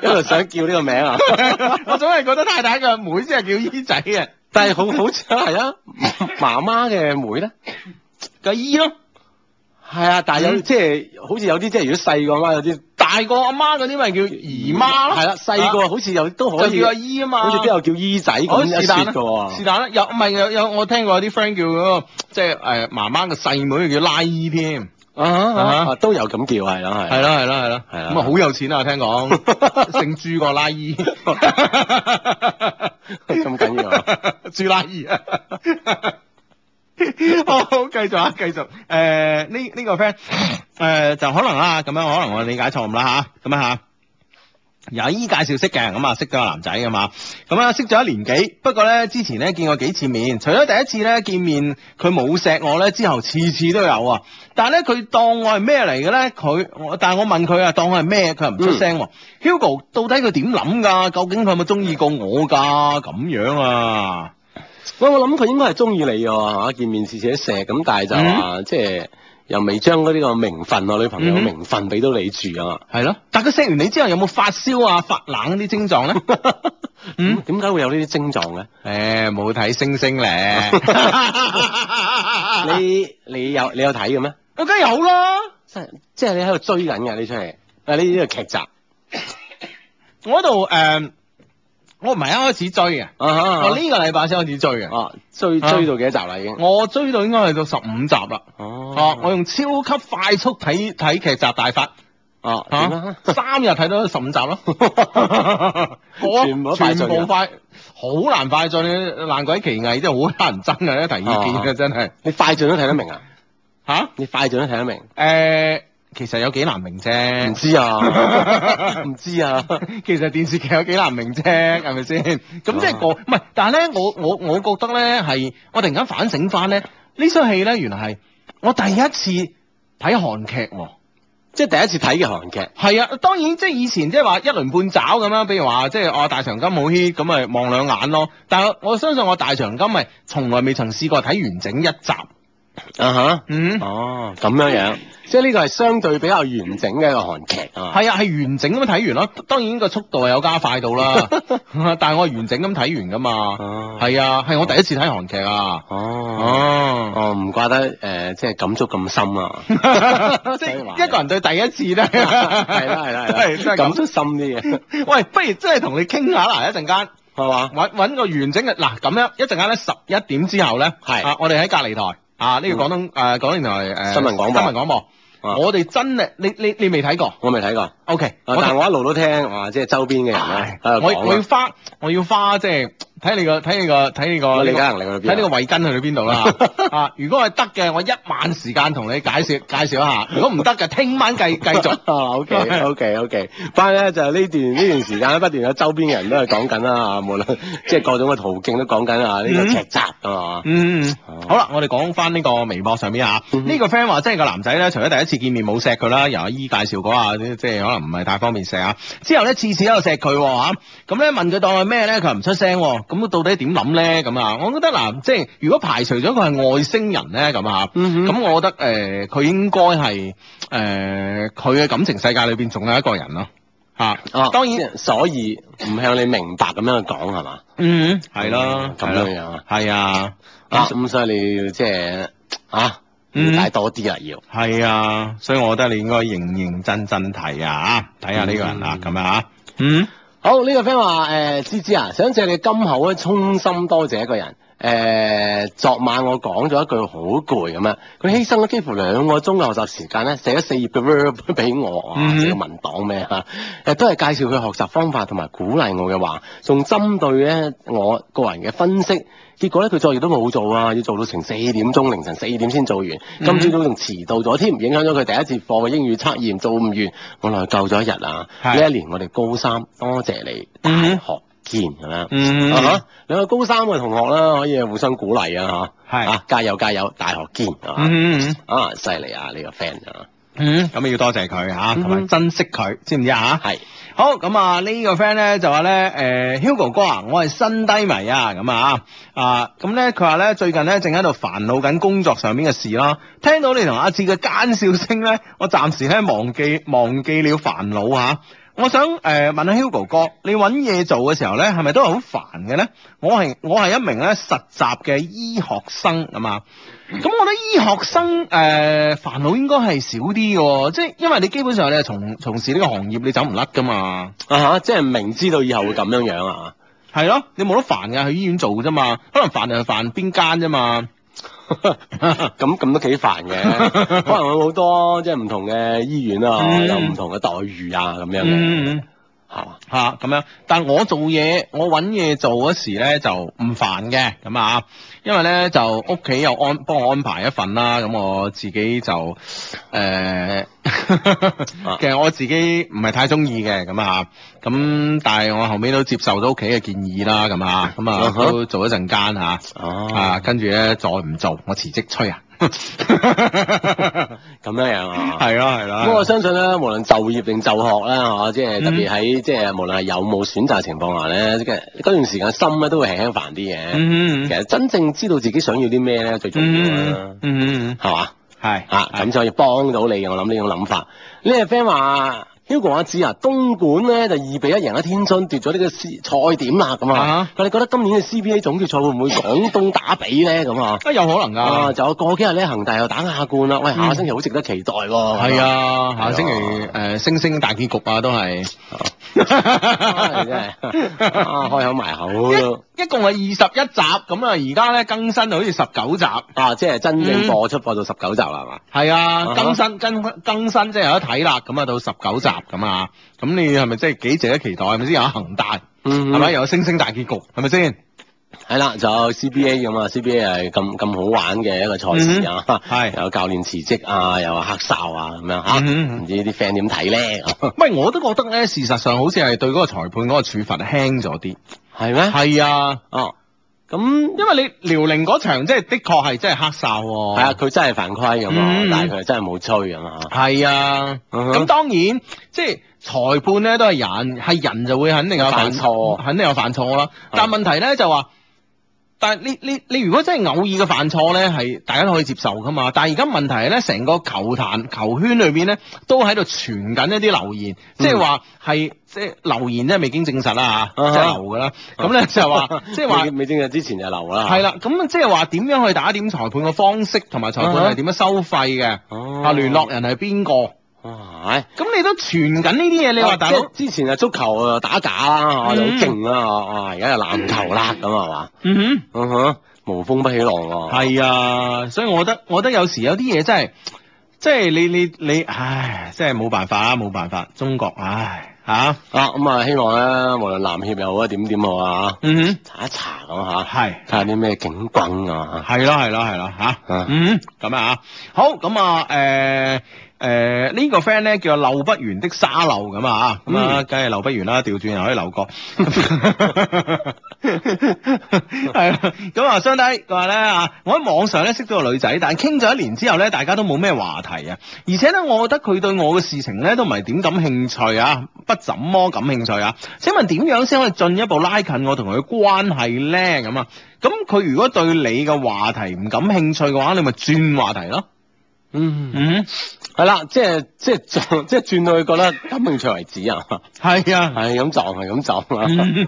C: 一路想叫呢個名啊，
A: 我總係覺得太太嘅妹先係叫姨仔啊嘅，
C: 但係好好似係 啊，媽媽嘅妹咧，
A: 個姨咯。
C: 係啊，但係
A: 嗯
C: 有即係好似有啲即係如果細個媽有啲
A: 大個阿媽嗰啲咪叫姨媽咯。啊
C: 係啦，細個好似有都可
A: 就
C: 以
A: 叫，阿姨啊嘛。
C: 好似都有叫姨仔咁
A: 好
C: 一
A: 是
C: 説
A: 但啦
C: 嘅喎
A: 是。但啦，有唔係有有我聽過有啲 friend 叫嗰個即係誒媽媽嘅細妹叫拉姨添。
C: 啊啊啊都有咁叫係啦
A: 係
C: 係。
A: 啦係啦係啦，
C: 係啦
A: 咁啊好有錢啊！聽 講姓朱個拉姨，
C: 咁緊要啊！
A: 朱拉姨啊！好好，繼續啊，繼續。誒呢呢個 friend 誒就可能啦，咁樣可能我理解錯誤啦吓，咁樣吓。有姨介紹識嘅，咁啊識咗個男仔噶嘛，咁啊識咗一年幾，不過咧之前咧見過幾次面，除咗第一次咧見面佢冇錫我咧，之後次次都有啊，但係咧佢當我係咩嚟嘅咧？佢我但係我問佢啊，當我係咩？佢又唔出聲喎。Hugo 到底佢點諗㗎？究竟佢有冇中意過我㗎？咁樣啊？
C: 喂，我諗佢應該係中意你嘅喎嚇，見面次次都錫咁，但係就話即係又未將嗰呢個名分啊，女朋友嘅
A: 嗯
C: 名分俾到你住啊。
A: 係咯，但佢錫完你之後有冇發燒啊、發冷呢啲症 狀咧？嗯
C: 咁，點解會有呢啲症狀嘅？
A: 誒冇睇星星 咧，
C: 啊
A: 你
C: 你你有你有睇嘅咩？
A: 我梗係有啦，
C: 即係即係你喺度追緊嘅呢出戲，啊呢呢個劇集啊
A: 我喺度誒，我唔係一開始追嘅，
C: 哈
A: 我呢個禮拜先開始追嘅，
C: 啊追
A: 啊
C: 追到幾多集啦已經？
A: 我追到應該去到十五集啦。哦
C: 哦，
A: 我用超級快速睇睇劇集大法，
C: 哦
A: 嚇
C: 點啊？
A: 三日睇到十五集 咯， 我
C: 全部都快啊進嘅
A: 全部快，好難快進，爛鬼奇藝真係好難憎嘅，一提意見
C: 哦
A: 嘅真係
C: 你快進都睇得明啊？
A: 嚇
C: 你快進都睇得明？
A: 誒，呃其實有幾難明
C: 唔
A: 啫，
C: 知 啊，唔知啊。
A: 其實電視劇有幾難 明啫，係咪先？咁即係我唔係，但係咧，我我我覺得咧係，我突然間反省翻咧，呢出戲咧原來係我第一次睇韓劇喎。
C: 即係第一次睇嘅韓劇，
A: 係啊，當然即係以前即係話一輪半爪咁樣，比如話即係哦大長今好 hit 咁咪望兩眼咯。但係我相信我大長今係從來未曾試過睇完整一集。
C: 啊哈，
A: 嗯，
C: 哦咁樣樣，即係呢個係相對比較完整嘅一個韓劇啊。
A: 係啊，係完整咁樣睇完咯。當然個速度係有加快到 啦，但係我係完整咁睇完噶嘛。
C: 哦
A: 係啊，係我第一次睇韓劇啊。
C: 哦
A: 哦，
C: 哦，唔怪得誒，即係感觸咁深 啊。
A: 即係一個人對第一次咧，
C: 係
A: 係
C: 啦係啦係啦，感
A: 咁。
C: 觸深啲嘅，
A: 喂，不如真係同你傾下啦，一陣間。
C: 係嘛？
A: 揾揾個完整嘅嗱咁樣，一陣間咧十一點之後咧，
C: 係嗯
A: 啊，我哋喺隔離台啊，呢個廣東誒廣東電台誒
C: 新聞廣播
A: 新聞廣播，
C: 啊
A: 我哋真係你你你未睇過
C: 我未睇過，啊
A: ？OK，
C: 但係我一路都聽，哇！即係周邊嘅人咧喺
A: 唉，
C: 度
A: 我我要
C: 講啊
A: 花我要花即係睇你個睇你個睇你個
C: 我理解能力去到邊啊。
A: 睇你個慧根去到邊度啦啊！如果係得嘅，我一晚時間同你介紹介紹一下；如果唔得嘅，聽晚繼繼續
C: o k 哦 OK OK，反正咧就呢段呢段時間咧，不斷有周邊嘅人都係講緊啦，啊無論 即係各種嘅途徑都講緊啊呢個
A: 嗯
C: 劇集啊嘛，
A: 嗯
C: 哦，
A: 好啦，我哋講翻呢個微博上面啊，
C: 嗯哼
A: 呢個 friend 話即係個男仔咧，除咗第一次見面冇錫佢啦，由阿姨介紹嗰下，即係可能唔係太方便錫啊。之後咧次次都有錫佢喎嚇，咁咧問佢當係咩咧，佢又唔出聲喎。咁到底點諗咧？咁啊，我覺得嗱，即係如果排除咗佢係外星人咧，咁啊，
C: 嗯哼
A: 咁我覺得誒呃佢應該係誒佢嘅感情世界裏邊仲有一個人咯嚇。
C: 哦，
A: 當然
C: 即。係所以唔向你明白咁樣去講係嘛？
A: 嗯，係啦，
C: 咁樣樣啊
A: 係啊，
C: 啊，咁所以你要即係啊，
A: 嗯
C: 了解多啲啦要。
A: 係啊，所以我覺得你應該認認真真睇啊，睇下呢個人啊，
C: 嗯
A: 咁啊，嗯，
C: 好呢、個 friend 話誒，芝芝啊，想借你金口咧，衷心多謝一個人。誒、昨晚我講咗一句好攰咁樣，佢犧牲咗幾乎兩個鐘嘅學習時間咧，寫咗四頁嘅 verb 俾我，哇！
A: 嗯
C: 寫個文檔咩嚇？誒、都係介紹佢學習方法同埋鼓勵我嘅話，仲針對咧我個人嘅分析。結果咧，佢作業都冇做啊，要做到成四點鐘，凌晨四點先做完。
A: 嗯
C: 今朝早仲遲到咗添，影響咗佢第一節課嘅英語測驗做唔完，我內疚咗一日啊！
A: 係
C: 呢一年我哋高三，多謝你，大
A: 嗯
C: 學見咁樣。
A: 嗯
C: 啊哈！兩個高三嘅同學啦，可以互相鼓勵啊嚇，
A: 係
C: 啊加油加油，大學見啊！
A: 嗯，
C: 啊犀利啊呢個 friend 啊！
A: 嗯，咁要多謝佢吓，同埋
C: 嗯
A: 珍惜佢，知唔知啊？
C: 係
A: 好咁啊，呢個 friend 咧就話咧，誒、Hugo 哥啊，我係新低迷啊，咁啊啊，咁咧佢話咧最近咧正喺度煩惱緊工作上面嘅事啦，聽到你同阿志嘅奸笑聲咧，我暫時咧忘記忘記了煩惱啊。我想誒、問下 Hugo 哥，你揾嘢做嘅時候咧，係咪都係好煩嘅咧？我係我係一名咧實習嘅醫學生咁啊，咁我覺得醫學生誒、呃煩惱應該係少啲嘅喎，即係因為你基本上你係從從事呢個行業，你走唔甩噶嘛。
C: 啊嚇，即係明知道以後會咁樣樣啊。
A: 係咯，你冇得煩㗎，去醫院做啫嘛，可能煩就係煩邊間啫嘛。
C: 咁咁都幾煩嘅，可能有好多即係唔同嘅醫院啊，
A: 嗯
C: 有唔同嘅待遇啊咁樣嘅，
A: 嗯，
C: 係嘛？
A: 嚇咁樣，但我做嘢，我揾嘢做嗰時咧就唔煩嘅，咁啊，因為咧就屋企又安幫我安排一份啦，咁我自己就誒，其實我自己唔係太中意嘅，咁啊，咁但係我後尾都接受咗屋企嘅建議啦，咁啊，咁啊
C: 嗯哼
A: 都做一陣間嚇，
C: 哦，
A: 啊跟住咧再唔做，我辭職吹啊，
C: 咁樣樣啊。
A: 係啦係啦
C: 咁我相信咧，無論就業定就學啦，嚇，即係特
A: 嗯
C: 別喺即係無論係有冇選擇情況下咧，即係嗰段時間心咧都會輕輕煩啲嘅。
A: 嗯
C: 其實真正知道自己想要啲咩咧，最重要啦
A: 嗯，嗯，
C: 係嘛？
A: 係
C: 啊，咁就可以幫到你嘅。我諗呢種諗法。呢個 friend 話，Hugo 阿志啊，東莞咧就二比一贏咗天津，奪咗呢個 C 賽點啦咁
A: 啊
C: 啊。佢哋覺得今年嘅 CBA 總決賽會唔會廣東打比咧咁啊？
A: 啊有可能
C: 啊，
A: 㗎。
C: 就過幾日咧，恒大又打亞冠啦。喂，下個星期好值得期待喎。
A: 係啊，下星期
C: 係
A: 誒、星星大結局啊，都係
C: 啊，真係啊，開口埋口 都
A: 一一共係二十一集，咁啊而家咧更新到好似十九集，
C: 啊，即係真
A: 嗯
C: 正播出播到十九集啦，係嘛？
A: 係啊，
C: 哈
A: 更新更更新即係有得睇啦，咁啊到十九集咁啊，咁你係咪即係幾值得期待？係咪先有恒大，
C: 嗯
A: 係咪、有星星大結局，係咪先？
C: 係啦，就
A: 嗯
C: CBA 咁啊，CBA 係咁咁好玩嘅一個賽事啊，
A: 係
C: 又有教練辭職啊，又有黑哨啊咁樣嚇，
A: 嗯
C: 唔知啲 friend 點睇咧？
A: 喂，我都覺得咧，事實上好似係對嗰個裁判嗰個處罰輕咗啲。
C: 係咩？
A: 係啊，
C: 哦，咁
A: 因為你遼寧嗰場即係的確係真係黑哨喎。
C: 係啊，佢真係犯規咁啊
A: 哦嗯，
C: 但係佢真係冇吹咁啊，
A: 係啊，
C: 嗯哼
A: 咁、當然即係裁判咧都係人，係人就會肯定有
C: 犯錯
A: 肯定有犯錯啦。
C: 係
A: 但問題咧就話，但係你你你如果真係偶爾嘅犯錯咧，係大家都可以接受噶嘛。但係而家問題係咧，成個球壇球圈裏邊咧都喺度傳緊一啲流言，
C: 嗯
A: 即係話係即係流言真係未經證實啦嚇，
C: 啊哈
A: 即係流噶啦。咁咧就話 即係話
C: 未。未正嘅之前就留啦，
A: 係，啦，咁即係話點樣去打點裁判嘅方式，同埋裁判
C: 啊
A: 係
C: 哈
A: 點樣收費嘅，
C: 哦
A: 啊聯絡人係邊個？
C: 哇係。
A: 咁你都傳緊呢啲嘢，你話大佬，
C: 即係之前啊足球啊打假啦，嚇
A: 嗯
C: 又好勁啦，啊而家又籃球啦咁係嘛，
A: 嗯
C: 嗯哼，無風不起浪喎，
A: 係啊，所以我覺得，我覺得有時有啲嘢真係，即係你你你，唉，真係冇辦法啊，冇辦法，中國，唉，吓、
C: 啊咁啊，希望咧，無論男協又好啊，點點好啊，
A: 嗯
C: 查一查咁啊吓，
A: 係
C: 睇下啲咩警棍啊，
A: 係咯係咯係咯吓，
C: 啊
A: 嗯，咁啊，好，咁啊，誒誒呢個 friend 咧叫漏不完的沙漏咁啊，咁啊，
C: 嗯
A: 梗係漏不完啦，調轉又可以 漏過，係啦，咁啊，相低佢話咧啊，我喺網上咧識到個女仔，但係傾咗一年之後咧，大家都冇咩話題啊，而且咧，我覺得佢對我嘅事情咧都唔係點感興趣啊，不怎麼感興趣啊，請問點樣先可以進一步拉近我同佢嘅關係咧？咁啊，咁佢如果對你嘅話題唔感興趣嘅話，你咪轉話題咯。
C: 嗯，
A: 嗯，
C: 係啦，即係即係撞， 即係轉到佢覺得感興趣為止啊，
A: 係啊。
C: 係咁撞，係咁撞 啊。
A: 嗯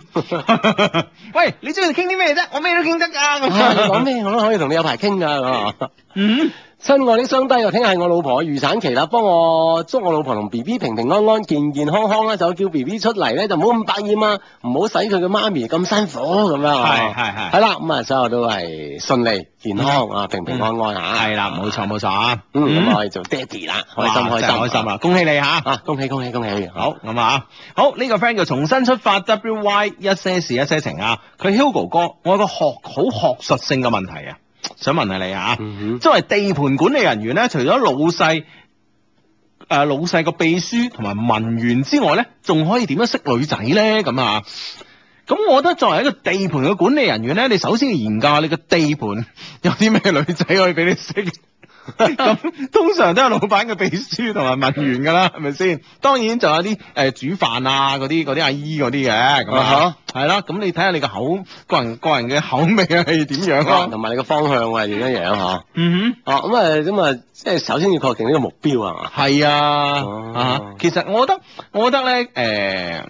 A: 喂，你中意傾啲咩啫？我咩都傾得㗎咁
C: 啊你講咩我都可以同你有排傾㗎咁啊！
A: 嗯，
C: 親愛的雙低，我聽日係我老婆嘅預產期啦，幫我祝我老婆同 B B 平平安安、健健康康啦，就叫 B B 出嚟咧就唔好咁百厭啊，唔好使佢嘅媽咪咁辛苦咁樣啊。
A: 係係係
C: 係啦，咁啊，所有都係順利、健康啊，平平安安啊。
A: 係啦，冇錯。冇錯啊。
C: 嗯，咁可以做爹哋啦，開心
A: 哇
C: 開
A: 真
C: 心
A: 係開心！啦，恭喜你吓。
C: 啊，恭喜恭喜恭喜！
A: 好咁啊，好呢、個 friend 叫重新出發 W Y 一些事一些情啊，佢 Hugo 哥，我有個學好學術性嘅問題啊，想問下你啊，
C: 嗯
A: 作為地盤管理人員咧，除咗老細。誒、老細個秘書同埋文員之外咧，仲可以點樣識女仔咧？咁啊，咁我覺得作為一個地盤嘅 管理人員咧，你首先要研究下你個地盤有啲咩女仔可以俾你識。咁通常都係老闆嘅秘書同埋文員㗎啦，係咪先？當然就有啲誒、呃煮飯啊嗰啲嗰啲阿姨嗰啲嘅咁
C: 啊
A: 啊，係啦。咁你睇下你個口個人個人嘅口味係點樣
C: 啊
A: 咯？
C: 同埋你個方向啊，點樣樣嗬？
A: 嗯
C: 哦，咁啊，咁啊，即係首先要確定呢個目標係嘛？
A: 哼，係啊
C: 哦
A: 啊！其實我覺得我覺得咧誒。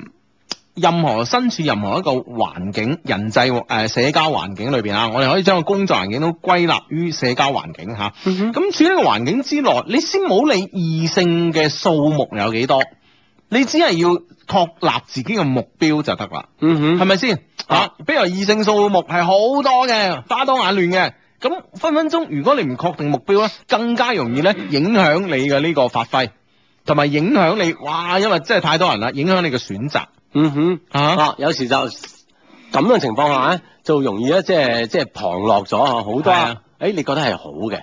A: 任何身處任何一個環境、人際誒、呃社交環境裏邊啊，我哋可以將個工作環境都歸納於社交環境嚇。咁處於呢個環境之內，你先冇理異性嘅數目有幾多，你只係要確立自己嘅目標就得啦，
C: 嗯
A: 係
C: 哼，
A: 咪先？啊
C: 啊，
A: 比如話異性數目係好多嘅，花多眼亂嘅，咁分分鐘如果你唔確定目標咧，更加容易咧影響你嘅呢個發揮，同埋影響你，哇！因為真係太多人啦，影響你嘅選擇
C: 嗯哼，
A: 啊。
C: 啊，有時就咁樣情況下咧，就容易咧，即係即係旁落咗啊好多
A: 係啊
C: 啊。誒，你覺得係啊好嘅，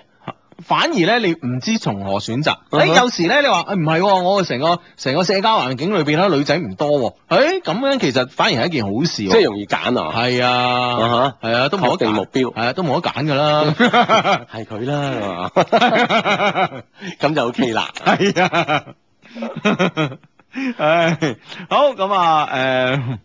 A: 反而咧，你唔知從何選擇。誒、
C: 嗯哼
A: 有時咧，你話誒唔係喎，我成個成個社交環境裏邊咧，女仔唔多喎、誒咁樣其實反而係一件好事
C: 即
A: 喎、
C: 係容易揀啊，
A: 係啊
C: 啊，
A: 係啊，都
C: 確
A: 冇得揀
C: 定目標
A: 係啊，都冇得揀㗎啦。
C: 係佢啦，係嘛 咁就 OK 啦。
A: 係啊，唉，好咁啊，誒、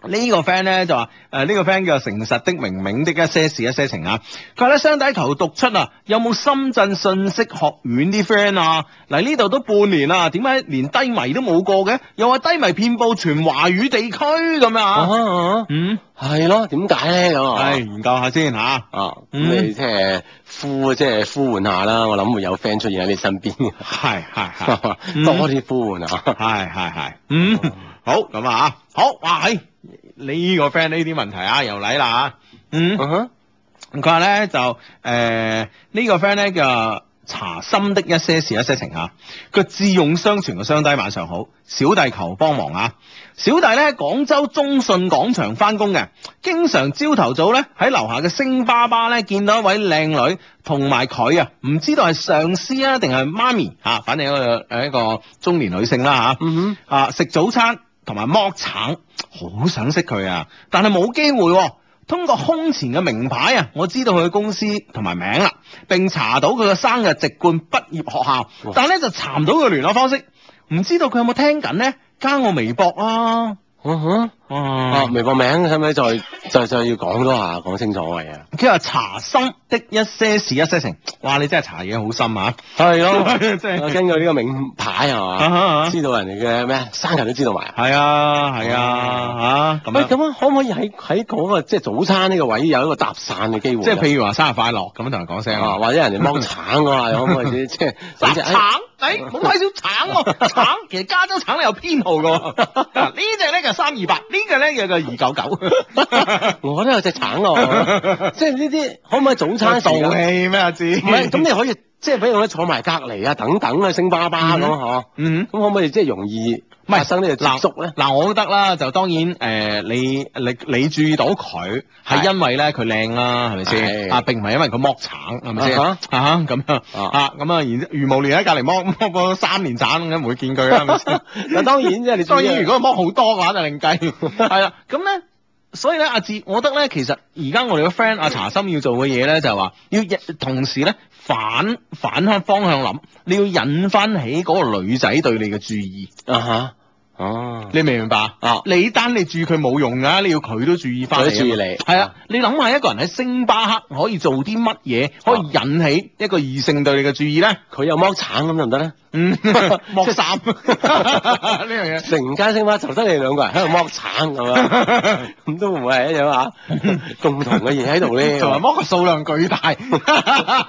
A: 呢個 friend 咧就話誒呢個 friend 叫誠實的明明的一些事一些情啊，佢話咧相底求讀出啊，有冇深圳信息學院啲 friend 啊？嚟呢度都半年啦，點解連低迷都冇過嘅？又話低迷遍佈全華語地區咁
C: 啊
A: 啊？
C: 啊
A: 嗯，
C: 係咯，點解咧咁啊
A: 係？研究下先吓。
C: 啊，咁
A: 嗯
C: 你即係呼即係呼喚下啦，我諗會有 friend 出現喺你身邊，
A: 係係係 嗯
C: 多啲呼喚啊！
A: 係係係，嗯，好咁啊，好哇，嘿呢個 friend 呢啲問題啊，又嚟啦嚇，嗯，
C: 嗯哼
A: 佢話咧就誒、呃呢個 friend 咧叫查心的一些事一些情嚇，佢智勇雙全嘅雙低晚上好，小弟求幫忙啊！小弟咧廣州中信廣場翻工嘅，經常朝頭早咧喺樓下嘅星巴巴咧見到一位靚女，同埋佢啊，唔知道係上司啊定係媽咪嚇、啊反正一個誒一個中年女性啦嚇。
C: 嗯
A: 啊食早餐同埋剝橙，好想識佢啊，但係冇機會喎、通過胸前嘅名牌啊，我知道佢嘅公司同埋名啦，並查到佢嘅生日籍貫、畢業學校
C: 哇，
A: 但係咧就查唔到佢聯絡方式，唔知道佢有冇聽緊呢？加我微博啊！
C: 哼嗯哼，啊，
A: 哦，
C: 微博名使唔使再再再要講多下，講清楚嘅嘢？
A: 佢話查心的一些事一些情，哇！你真係查嘢好深啊！
C: 係 咯，
A: 真係
C: 根據呢個名牌係
A: 啊
C: 嘛，
A: 哈啊
C: 知道人哋嘅咩生日都知道埋。
A: 係啊係啊嚇咁
C: 喂，
A: 樣，
C: 咁啊，可唔可以喺喺嗰個即係早餐呢個位有一個搭訕嘅機會呢？
A: 即係譬嗯如話生日快樂咁樣同人講聲
C: 啊，或者人哋剝橙 啊，可唔可以即係
A: 嗱，
C: 即係
A: 橙，誒哎冇睇少橙 喎，橙其實加州橙咧有編號嘅喎，嗱呢只咧就三二八，呢個咧有個二九九，
C: 哎我都有隻橙 喎，即係呢啲可唔可以早餐時間
A: 氣咩阿志？
C: 唔係，咁你可以即係比如咧坐埋隔離啊，等等啊，星巴巴咁
A: 嗯
C: 嗬。
A: 嗯。
C: 咁可唔可以即係容易
A: 唔係
C: 發生呢個接觸咧？
A: 嗱，我覺得啦，就當然誒、你你你注意到佢係
C: 係
A: 因為咧佢靚啦，係咪先？
C: 係
A: 啊，並唔係因為佢剝橙，係咪先？
C: 啊
A: 啊咁樣
C: 啊
A: 啊咁啊，然之如無聊喺隔離剝剝剝三年橙，咁唔會見佢啦，係咪先？
C: 嗱，當然即係你
A: 當然，如
C: 果
A: 果剝好多嘅話就 另計。係啦，咁咧，所以咧，阿志，我覺得咧，其實而家我哋嘅 friend 阿查心要做嘅嘢咧，就係話要引同時咧反反向方向諗，你要引翻起嗰個女仔對你嘅注意，
C: 啊嚇，哦，
A: 你明唔明白？
C: 啊
A: 你單你注意佢冇用㗎，你要佢都注意翻。
C: 佢都注意你
A: 係啊，你諗下一個人喺星巴克可以做啲乜嘢，可以引起一個異性對你嘅注意咧？
C: 佢又剝橙咁得唔得咧？
A: 嗯， 剝衫呢樣嘢。
C: 成間星巴就得你兩個人喺度 剝橙咁樣，咁都會唔會係一樣啊？共同嘅嘢喺度咧，
A: 同埋剝個數量巨大，唔啊係因為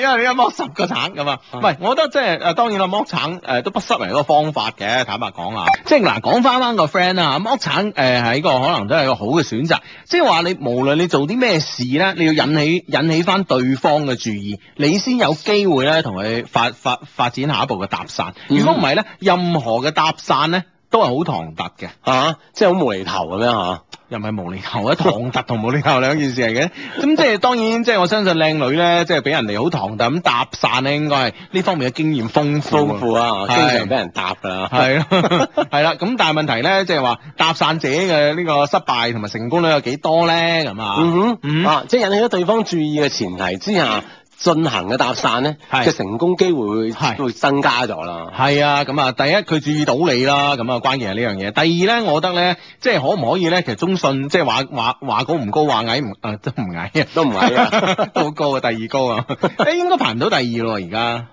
A: 因為你一剝十個橙咁啊，唔係，我覺得即係誒當然啦，剝橙誒都不失為一個方法嘅，坦白講啊，即係嗱講翻翻個 friend 啊，剝橙誒係一個可能都係一個好嘅選擇，即係話你無論你做啲咩事咧，你要引起引起翻對方嘅注意，你先有機會咧同佢發發發展下一步嘅搭訕，如果唔係咧，任何嘅搭訕咧都係好唐突嘅。
C: 啊，即係好無厘頭咁樣嚇。
A: 又唔係無厘頭啊，唐突同無厘頭兩件事嚟嘅。咁即係當然，即係我相信靚女咧，即係俾人哋好唐突咁搭訕咧，應該係呢方面嘅經驗豐富。
C: 豐富啊，經
A: 嗯係
C: 常俾人答㗎啦。
A: 係咯，係啦。咁但係問題咧，即係話搭訕者嘅呢個失敗同埋成功率有幾多咧？咁啊，
C: 嗯
A: 嗯
C: 哼，啊，即係引起咗對方注意嘅前提之下，進行嘅搭訕咧
A: 係
C: 嘅成功機會會
A: 係
C: 會增加咗啦。
A: 係啊，咁啊，第一佢注意到你啦，咁啊關鍵係呢樣嘢。第二咧，我覺得咧，即係可唔可以咧，其實中信即係話話話高唔高，話矮唔啊都唔矮啊，
C: 都唔係啊，
A: 都好高啊，第二高啊，誒應該排唔到第二咯而家。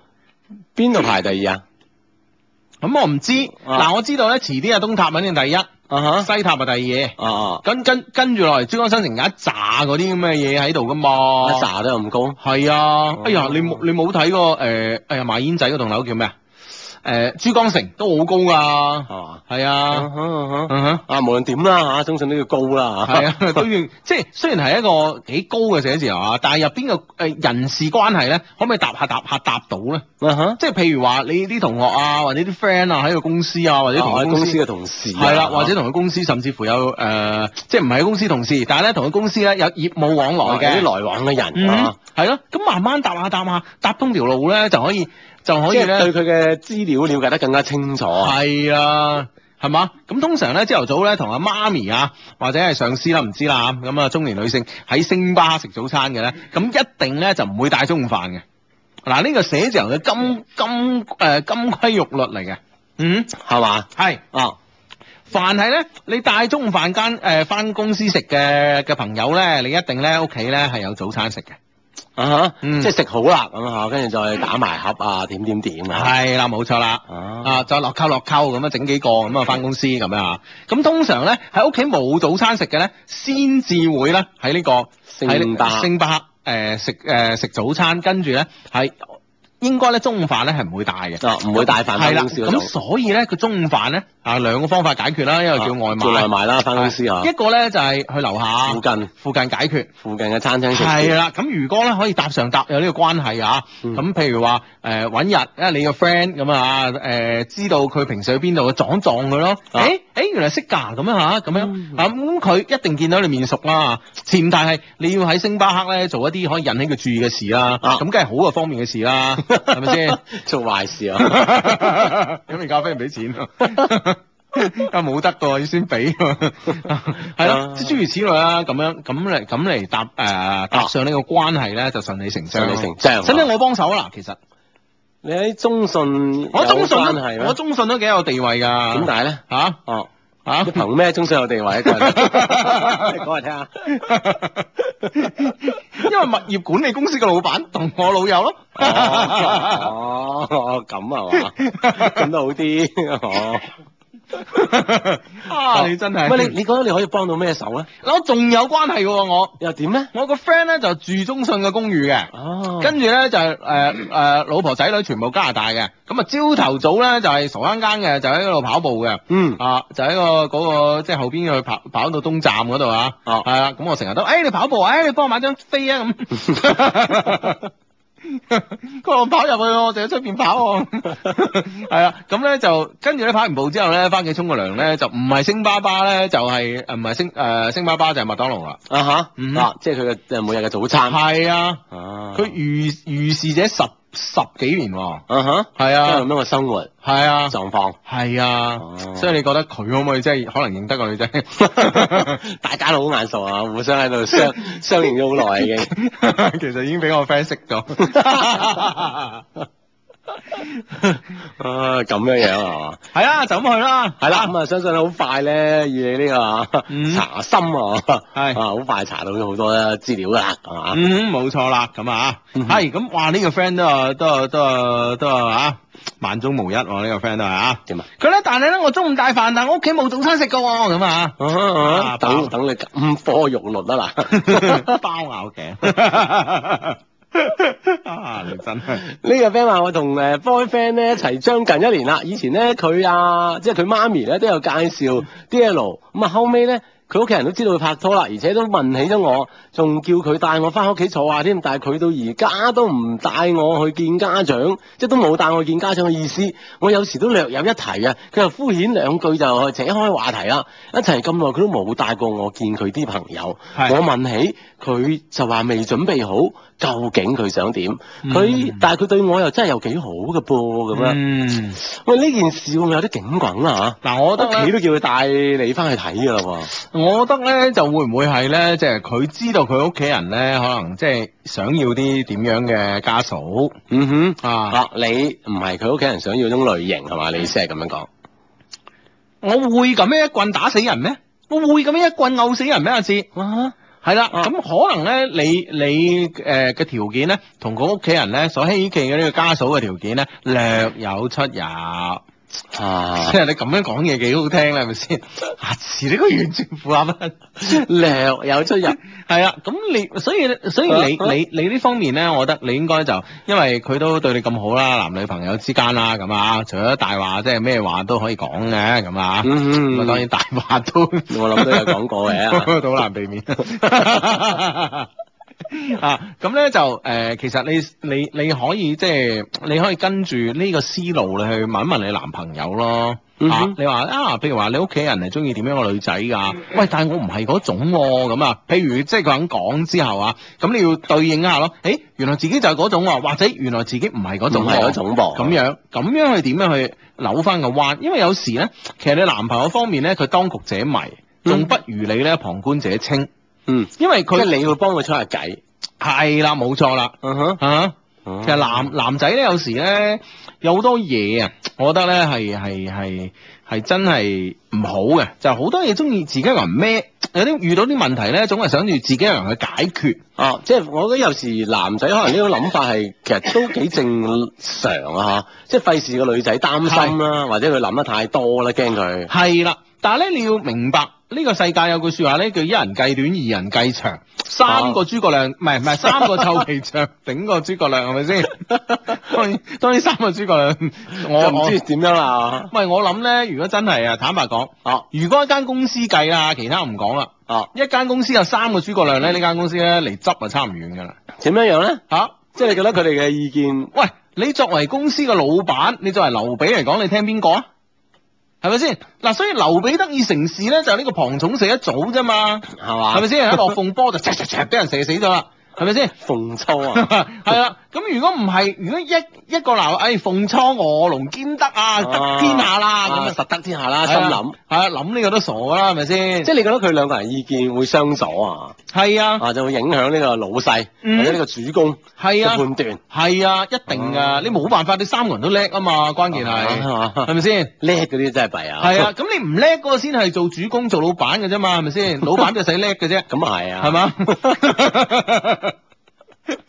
C: 邊度排第二啊？
A: 咁我唔知，嗱、
C: 啊
A: 我知道咧，遲啲啊東塔肯定第一，
C: 啊 哈，
A: 西塔啊第二，
C: 啊
A: 跟跟跟住落嚟珠江新城有一紮嗰啲咁嘅嘢喺度噶嘛
C: 啊，一。扎都有咁高，
A: 係啊，哎呀
C: 哦，
A: 你冇你冇睇過誒？哎呀，賣煙仔嗰棟樓叫咩啊？誒、珠江城都好高
C: 係
A: 㗎，
C: 嘛？
A: 係啊
C: 啊，哈啊哈
A: 嗯哼。
C: 啊，無論點啦嚇，中信都要高啦嚇。
A: 係啊，都要即係雖然係一個幾高嘅寫字樓啊，但係入邊嘅誒人事關係咧，可唔可以搭下搭下搭到咧？
C: 啊哈，
A: 即係譬如話你啲同學啊，或者啲 friend 啊，喺個公司啊，或者同
C: 啊
A: 佢
C: 公司嘅
A: 嘅
C: 同事啊
A: 係啦，或者同佢公司甚至乎有誒、呃即係唔係公司同事，但係咧同佢公司咧有業務往
C: 啊
A: 來嘅
C: 有啲來往嘅人
A: 嗯
C: 啊，，
A: 係咯，咁慢慢搭下搭下，搭通條路咧就可以就可
C: 即
A: 以
C: 係
A: 咧。
C: 對佢嘅資料了解得更加清楚啊。
A: 係啊。係嘛？咁通常咧，朝頭早咧，同阿媽咪啊，或者係上司啦，唔知啦嚇咁啊，中年女性喺星巴克食早餐嘅咧，咁一定咧就唔會帶中午飯嘅。嗱，呢個寫字樓嘅金金誒、呃金規玉律嚟嘅。嗯，
C: 係嘛？
A: 係。
C: 啊，
A: 凡係咧，你帶中午飯間誒翻公司食嘅嘅朋友咧，你一定咧屋企咧係有早餐食嘅。
C: 啊哈，
A: 嗯
C: 即係食好啦咁嚇，跟住再打埋盒啊，點點點啊。
A: 係啦，冇錯啦。
C: 啊，
A: 啊，再落溝落溝咁啊，整幾個咁啊，翻公司咁樣啊。咁通常咧喺屋企冇早餐食嘅咧，先至會咧喺呢個
C: 星巴
A: 喺星巴克誒食誒食早餐，跟住咧係應該咧中午飯咧係唔會帶嘅。
C: 啊，唔會帶飯
A: 係
C: 翻
A: 啦，
C: 公司嗰
A: 咁
C: 度。
A: 所以咧佢中午飯咧啊兩個方法解決啦，一個叫外
C: 叫外
A: 賣，
C: 賣啦，翻公司啊，
A: 一個咧就係去樓下
C: 附近
A: 附近解決。
C: 附近嘅餐廳食。
A: 係啦，咁如果咧可以搭上搭有呢個關係啊，
C: 嗯
A: 咁譬如話誒揾日，因為你個 friend 咁啊誒知道佢平時去邊度，撞撞佢咯。
C: 啊
A: 誒誒原來識㗎咁樣嚇，咁樣
C: 嗯
A: 啊咁佢一定見到你面熟啦。前提係你要喺星巴克咧做一啲可以引起佢注意嘅事啦，
C: 啊
A: 咁梗係好嘅方面嘅事啦，係咪 先？
C: 做壞事啊！
A: 飲完咖啡唔俾錢啊！ 啊冇得㗎，要先俾喎，係
C: 啊
A: 咯，即係諸如此類啦，咁樣咁嚟咁嚟搭誒搭上呢個關係咧，就順理成章。
C: 順理成章
A: 使唔使我幫手啊啦？其實
C: 你喺中信
A: 我中信
C: 有關係
A: 都
C: 咩？
A: 我中信都幾有地位㗎。
C: 點？解咧？
A: 嚇
C: 哦，
A: 嚇
C: 你！憑咩中信有地位？ 講嚟講嚟聽下。啊
A: 因為物業管理公司嘅老闆同我老友咯。
C: 哦，哦咁啊嘛，咁都好啲。哦，
A: 啊！你真係
C: 喂，你你覺得你可以幫到咩手咧？
A: 嗱我仲有關係嘅喎，我
C: 又點咧？
A: 我個 friend 咧就住中信嘅公寓嘅。
C: 哦，
A: 跟住咧就係誒誒老婆仔女全部加拿大嘅，咁啊朝頭早咧就係、傻更更嘅，就喺嗰度跑步嘅。
C: 嗯
A: 啊，就喺個嗰、個即係後邊去跑跑到東站嗰度啊，
C: 哦
A: 係啦，咁我成日都，誒、哎你跑步，誒、啊你幫我買張飛啊咁，佢話我跑入去喎，我就喺出邊跑喎，係啦，咁咧就跟住咧跑完步之後咧，翻屋企沖個涼咧，就唔係星巴巴咧，就係呃誒唔係星誒、星巴巴就係麥當勞啦，
C: 啊吓，
A: 嗯
C: 啊，即係佢嘅每日嘅早餐。
A: 係啊。
C: 啊，
A: 佢預預示者十十幾年喎，
C: 啊哈，
A: 係
C: 即係咁
A: 啊，
C: 樣嘅生活
A: 係啊，
C: 狀況。
A: 係啊，
C: 哦
A: 所以你覺得佢可唔可以即係可能認得個女仔？ 其
C: 大家都好眼熟啊，互相喺度相相認咗好耐已經。
A: 實已經俾我 friend 識咗，係
C: 啊，咁樣樣啊，
A: 啦，就咁去啦，
C: 係啦，咁啊，相信好快咧，以你呢個啊
A: 嗯
C: 查心啊，
A: 係
C: 啊，好快查到好多資料啦，係嘛？
A: 嗯，冇錯啦，咁啊，
C: 嗯
A: 係咁，哇，呢個 friend 都啊都啊都啊都啊啊，萬中無一喎，呢個 friend 都係啊，
C: 點啊？
A: 佢咧，但係咧，我中午帶飯，但我屋企冇早餐食噶喎，咁啊。
C: 啊啊等
A: 爆
C: 等你咁科玉律啊嗱，
A: 包咬頸。 啊！你真係
C: 呢個 friend 話我同誒 boyfriend 咧一齊將近一年啦，以前咧佢啊，即係佢媽咪咧都有介紹 D L，咁啊後尾咧佢屋企人都知道佢拍拖啦，而且都問起咗我，仲叫佢帶我翻屋企坐下添。但係佢到而家都唔帶我去見家長，即係都冇帶我去見家長嘅意思。我有時都略有一提啊，佢又敷衍兩句就扯開話題啦。一齊咁耐佢都冇帶過我見佢啲朋友。
A: 係
C: 我問起佢就話未準備好，究竟佢想點？佢、
A: 嗯
C: 但係佢對我又真係有幾好嘅噃咁樣。
A: 嗯，
C: 喂，呢件事會唔會有啲警棍啦
A: 嗱，我
C: 嚇？
A: 覺
C: 屋
A: 得
C: 企
A: 咧，
C: 都叫佢帶你翻去睇㗎啦喎。
A: 我覺得咧就會唔會係咧，即係佢知道佢屋企人咧，可能即係想要啲點樣嘅家嫂
C: 嗯哼。
A: 啊？
C: 啊，你唔係佢屋企人想要嗰種類型係嘛？你先係咁樣講。
A: 我會咁樣一棍打死人咩？我會咁樣一棍毆死人咩？阿志？
C: 啊，
A: 係啦，
C: 啊
A: 咁可能咧，你你誒嘅條件咧，同佢屋企人咧所希冀嘅呢個家嫂嘅條件咧，略有出入。 即
C: 啊，
A: 係你咁樣講嘢幾好聽啦，係咪 先？下次你個完全符合啊！
C: 略有出入。
A: 係啦，咁你所以所以你
C: 啊啊
A: 你你呢方面咧，我覺得你應該就因為佢都對你咁好啦，男女朋友之間啦，咁啊，除咗大話即係咩話都可以講嘅，咁啊，
C: 嗯
A: 咁啊當然大話都
C: 我諗都有講過嘅 啊。
A: 都好難避免。啊，咁咧就誒、呃其實你你你可以即係你可以跟住呢個思路你去問一問你男朋友咯。
C: 嗯
A: 啊
C: 哼，
A: 你話啊，譬如話你屋企人係中意點樣嘅女仔㗎？喂，但係我唔係嗰種喎、咁啊，譬如即係佢肯講之後啊，咁你要對應一下咯。誒，原來自己就係嗰種喎、或者原來自己唔係嗰種
C: 唔
A: 喎、
C: 係嗰啊種噃
A: 咁樣咁樣去點樣去扭翻個彎？因為有時咧，其實你男朋友方面咧，佢當局者迷，仲
C: 嗯
A: 不如你咧旁觀者清，
C: 嗯，
A: 因為
C: 即係
A: 佢
C: 你會幫佢出下計。
A: 係啦，冇錯啦。
C: 嗯哼。
A: 啊！
C: 其
A: 其實男男仔咧，有時咧有好多嘢啊，我覺得咧係係係係真係唔好嘅，就係好多嘢中意自己一個人孭，有啲遇到啲問題咧，總係想住自己一個人去解決。
C: 啊，即係我覺得有時男仔可能呢種諗法係其實都幾正常啊嚇，即係費事個女仔擔心啦，或者佢諗得太多啦，驚佢。
A: 係啦，但係咧你要明白呢個世界有句説話咧叫一人計短，二人計長，三個諸葛亮唔係唔係三個臭皮匠頂個諸葛亮係咪 先？當然當然三個諸葛亮，我
C: 就唔
A: 我
C: 知點樣啦。
A: 喂我諗咧，如果真係啊，坦白講，
C: 哦
A: 如果一間公司計啦，其他唔講啦。
C: 哦，
A: 一間公司有三個諸葛亮咧，呢間公司咧嚟執啊差唔遠㗎啦
C: 點樣樣咧？
A: 嚇。
C: 即係你覺得佢哋嘅意見
A: 喂，你作為公司嘅老闆，你作為劉備嚟講，你聽邊個啊？係咪先？嗱，所以劉備得以成事咧，就係呢個龐統死一早啫嘛，
C: 係嘛？
A: 係 咪先？一落鳳波就 嚓嚓嚓俾人射死咗啦，係咪先？
C: 逢秋 啊？
A: 係啦，咁如果唔係，如果一一個鬧，哎，鳳雛卧龍兼得啊，得天下啦，咁
C: 啊
A: 啊，
C: 實得天下啦，心諗。
A: 係啊，諗呢個都傻啦，係咪先？
C: 即係你覺得佢兩個人意見會相左啊？
A: 係啊，
C: 啊，就會影響呢個老細
A: 嗯
C: 或者呢個主公
A: 係
C: 嘅
A: 啊。
C: 判斷。
A: 係啊，一定噶，
C: 啊
A: 你冇辦法，你三個人都叻啊嘛，關鍵係，
C: 啊
A: 係咪先？
C: 叻嗰啲真係弊啊！
A: 係啊，，咁你唔叻嗰個先係做主公做老闆嘅啫嘛，係 咪先？老闆就使叻嘅啫，
C: 咁啊係啊，
A: 係？嘛？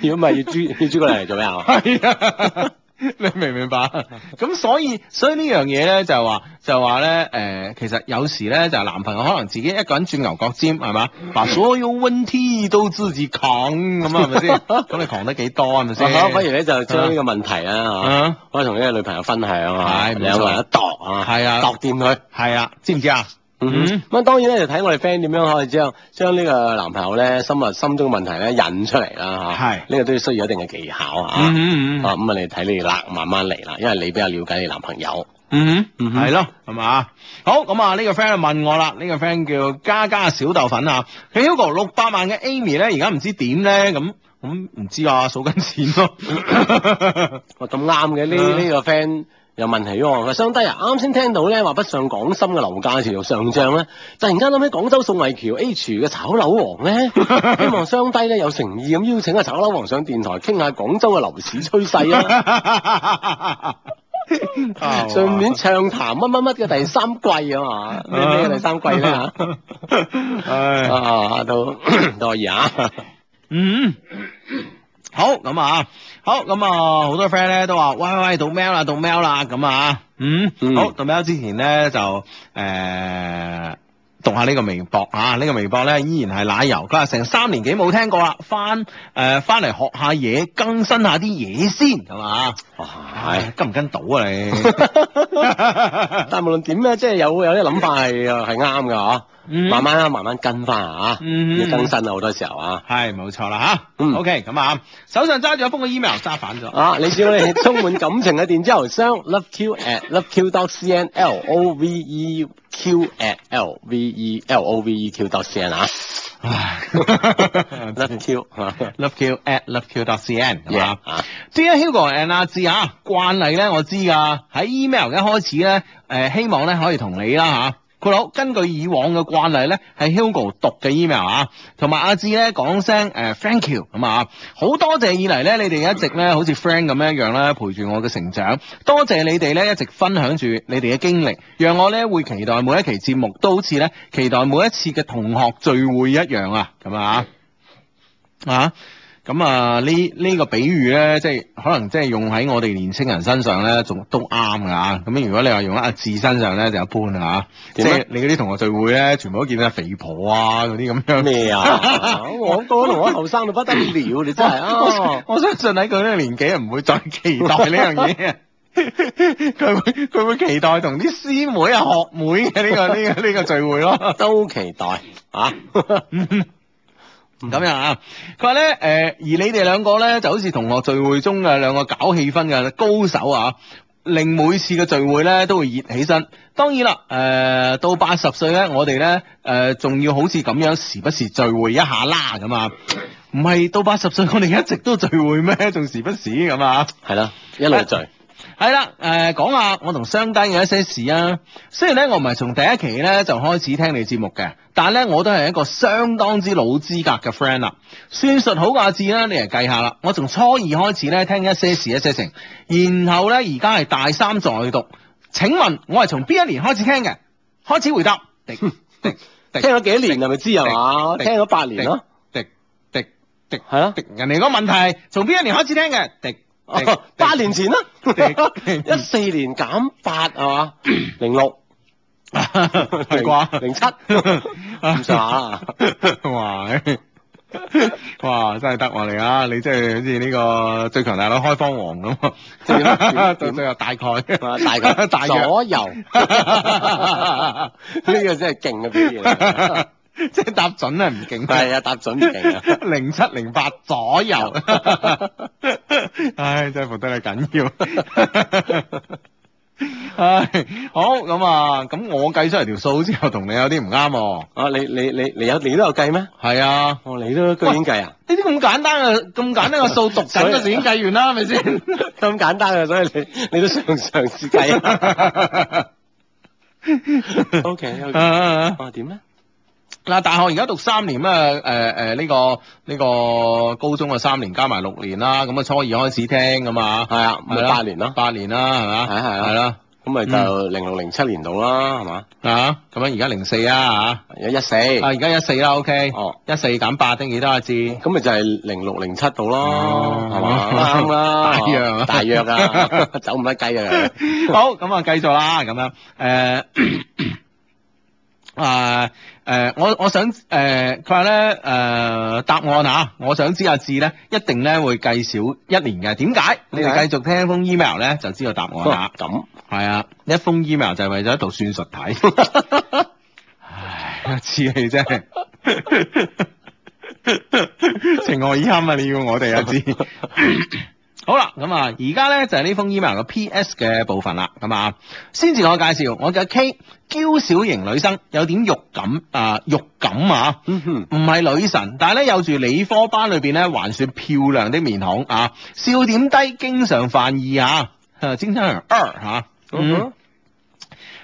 C: 如果唔係要諸要諸葛亮嚟做咩啊？
A: 係啊，你明唔明白？ 咁所以所以呢樣嘢咧就係話就係話咧誒，其實有時咧就係男朋友可能自己一個人轉牛角尖 係嘛，把所有問題都自己扛咁啊，係咪 先？咁你扛得幾多係咪
C: 啊好
A: 先？
C: 不如咧就將呢個問題啊，
A: 啊。
C: 可以同呢個女朋友分享啊，
A: 係冇錯
C: 兩個人一度啊，
A: 係啊
C: 度掂佢。
A: 係啊，知唔知啊？嗯
C: 嗯，咁啊當然咧就睇我哋 friend 點樣可以將將呢個男朋友咧心入心中嘅問題咧引出嚟啦嚇，
A: 係
C: 呢個都要需要一定嘅技巧啊。
A: 嗯
C: 啊，咁啊，你睇你啦，慢慢嚟啦，因為你比較了解你男朋友。
A: 嗯
C: 嗯
A: 係咯，係嘛？好咁啊，呢個 friend 就問我啦，呢個 friend 叫嘉嘉小豆粉啊，佢 Hugo 六百萬嘅 Amy 咧，而家唔知點咧咁。咁唔知啊，數緊錢咯。
C: 哇，哦咁啱嘅呢
A: 啊
C: 呢個 friend 又問起喎，佢話相低啊，啱先聽到咧話北上廣深嘅樓價持續上漲咧，突然間諗起廣州宋慧喬 H 嘅炒樓王 咧，希望相低咧有誠意咁邀請啊炒樓王上電台傾下廣州嘅樓市趨勢啊，順
A: 順
C: 便暢談乜乜乜嘅第三季啊嘛，咩咩嘅第三季咧嚇，
A: 唉，
C: 啊都都可以啊，
A: 嗯，好咁啊，好咁啊，好多 friend 咧都話，喂喂，讀 mail 啦，讀 mail 啦，咁啊，嗯，
C: 嗯
A: 好，讀 mail 之前咧就誒。讀呃下呢個微博啊！呢、個微博咧依然係奶油，佢話成三年幾冇聽過啦，翻誒翻嚟學下嘢，更新下啲嘢先，係嘛？
C: 係
A: 唉，，跟唔跟到啊 你？
C: 但係無論點咧，即係有有啲諗法係係啱㗎
A: 嗯
C: 嗬，慢慢啦，慢慢跟翻啊，
A: 嗯
C: 要更新啊，好多時候啊。
A: 係冇錯啦吓
C: 嗯
A: OK，咁啊，手上揸住一封嘅 email 揸反咗。
C: 啊！你知我哋充滿感情嘅電子郵箱 loveq at loveq dot cn l o v e q at l v e l o v e q dot cn 啊
A: 唉
C: ，loveq 啊
A: loveq at loveq dot cn 係嘛
C: Yeah，啊
A: Dear Hugo and 阿志啊，慣例咧我知㗎，喺 email 一開始咧，誒、希望咧可以同你啦嚇。佢佬根據以往嘅慣例咧，係 Hugo 讀嘅 email 啊，同埋阿志咧講聲誒、thank you 咁啊，好多謝以嚟咧，你哋一直咧好似 friend 咁樣一樣咧陪住我嘅成長，多謝你哋咧一直分享住你哋嘅經歷，讓我咧會期待每一期節目都好似咧期待每一次嘅同學聚會一樣啊，咁啊啊！咁啊，呢呢個比喻咧，即係可能即係用喺我哋年青人身上咧，仲都啱㗎嚇。咁如果你話用喺阿志身上咧，就一般啦啊嚇。
C: 點
A: 即
C: 咧啊
A: 係你嗰啲同學聚會咧，全部都見到係肥婆啊嗰啲咁樣。
C: 咩啊？我哥同我後生到不得了，你真係啊！
A: 我相信喺佢呢個年紀唔會再期待呢樣嘢 啊。佢會佢會期待同啲師妹啊、學妹嘅呢、個呢、個呢、個聚會咯。
C: 都期待啊！
A: 咁樣啊，佢話咧誒，而你哋兩個咧就好似同學聚會中嘅兩個搞氣氛嘅高手啊，令每次嘅聚會咧都會熱起身。當然啦，誒、到八十歲咧，我哋咧誒仲要好似咁樣時不時聚會一下啦咁啊。唔係到八十歲，我哋一直都聚會咩？仲時不時咁啊？
C: 係啦，一路聚，
A: 係啦，誒、講下我同雙低嘅一些事啊。雖然咧我唔係從第一期咧就開始聽你節目嘅，但咧我都係一個相當之老資格嘅 friend 啦。算術好個字啦，你嚟計下啦。我從初二開始咧聽一些事一些情，然後咧而家係大三在讀。請問我係從邊一年開始聽嘅？開始回 答。滴滴滴
C: 聽咗幾多年係咪知係嘛？
A: 滴
C: 聽咗八年咯，。
A: 滴滴滴
C: 係啊
A: 滴，人哋個問題從邊一年開始聽嘅？滴滴
C: 哦八年 前啦，
A: 滴
C: 一四年減八係嘛？ 零六
A: 係啩？
C: 零七 咁 上下啦。
A: 哇！ 哇！真係得喎你啊！你真係好似呢個最強大佬開方王咁
C: 點啊 點
A: 啊，
C: 啊
A: 對對啊，大概
C: 啊大 概
A: 大約
C: 左右，呢個真係勁嘅表現嚟。
A: 即係答準啊，唔勁
C: 係啊，答準唔勁啊！
A: 零七零八左右， 唉，真係服得你緊要。 唉，好咁啊，咁我計出嚟條數之後，同你有啲唔啱喎。
C: 啊，你你你你有你都有計咩？
A: 係啊，
C: 哦，你都居然計 啊！
A: 呢啲咁簡單嘅咁簡單嘅數讀緊嗰時已經計完啦，係咪 先？
C: 咁簡單啊，所以你你都嘗嘗試計啊 ？OK Ờ, OK，
A: 啊
C: 哦點咧？
A: 嗱，大學而家讀三年啦，誒誒呢個呢個高中嘅三年加埋六年啦，咁啊初二開始聽咁啊，
C: 係啊，
A: 係
C: 咪
A: 啦
C: 八年咯，
A: 八年啦，係嘛？
C: 係啊係啊
A: 係啦，
C: 咁咪就零六零七年度啦，係嘛？
A: 啊咁樣而家零四啊
C: 有一四，
A: 嚇，啊而家一四啦，OK，
C: 哦，
A: 一四減八等於幾多啊？字
C: 咁咪就係零六零七度咯
A: 哦，
C: 係嘛？啱啦，
A: 大約啊
C: 大約啊，走唔甩雞 啊！
A: 好，咁啊繼續啦，咁樣誒。 啊誒、我我想誒，佢話咧誒答案啊，我想知阿志咧一定咧會計少一年嘅，點解？你哋繼續聽封 email 咧就知道答案啦。
C: 咁
A: 係啊，一封 email 就係為咗一道算術題。唉，阿志你真係情何以堪啊！你要我哋阿志。好啦，咁啊，而家咧就係呢封 email 嘅 P.S. 嘅部分啦，咁啊，先自我介紹，我嘅 K 嬌小型女生，有點肉感啊、肉感啊，
C: 嗯哼
A: 唔係女神，但係咧有住理科班裏邊咧還算漂亮的面孔啊，笑點低，經常犯二啊， 啊經常二啊，嗯。
C: 嗯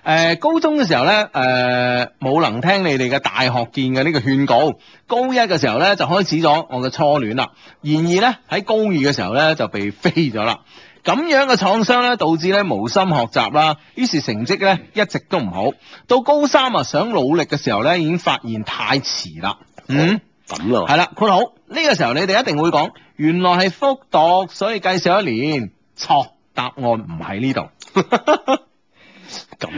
A: 誒、高中嘅時候咧，誒、冇能聽你哋嘅大學見嘅呢個勸告。高一嘅時候咧就開始咗我嘅初戀啦。然而咧喺高二嘅時候咧就被飛咗啦。咁樣嘅創傷咧，導致咧無心學習啦，於是成績咧一直都唔好。到高三啊，想努力嘅時候咧，已經發現太遲啦。嗯。
C: 咁啊咯
A: 係，啦，括好呢、個時候你哋一定會講，原來係復讀，所以計少一年。錯，答案唔喺呢度。
C: 咁，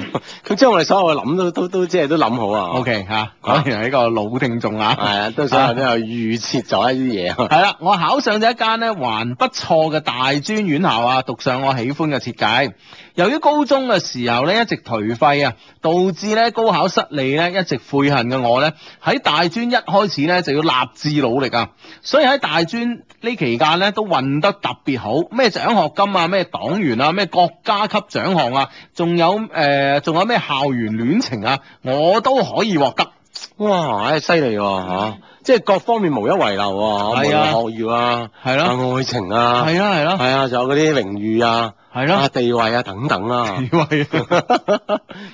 C: 佢將我哋所有嘅諗都都都即係都諗好啊。
A: O K 嚇，果然係一個老聽眾啊。
C: 係啊，都所有都有預設咗一啲嘢。
A: 係啦，我考上咗一間咧還不錯嘅大專院校啊，讀上我喜歡嘅設計。由於高中嘅時候咧一直頹廢啊，導致咧高考失利咧一直悔恨嘅我咧，喺大專一開始咧就要立志努力啊。所以喺大專呢期間咧都混得特別好，咩獎學金啊，咩黨員啊，咩國家級獎項啊，仲有誒仲、有咩校園戀情啊，我都可以獲得。
C: 哇！唉，犀利喎嚇，即係各方面無一遺漏喎，
A: 嗯係啊
C: 無論學業啊，
A: 係咯
C: 啊愛情啊，
A: 係啦係啦
C: 係啊，仲有嗰啲榮譽啊，
A: 係咯
C: 啊地位啊等等 啊，
A: 地位啊，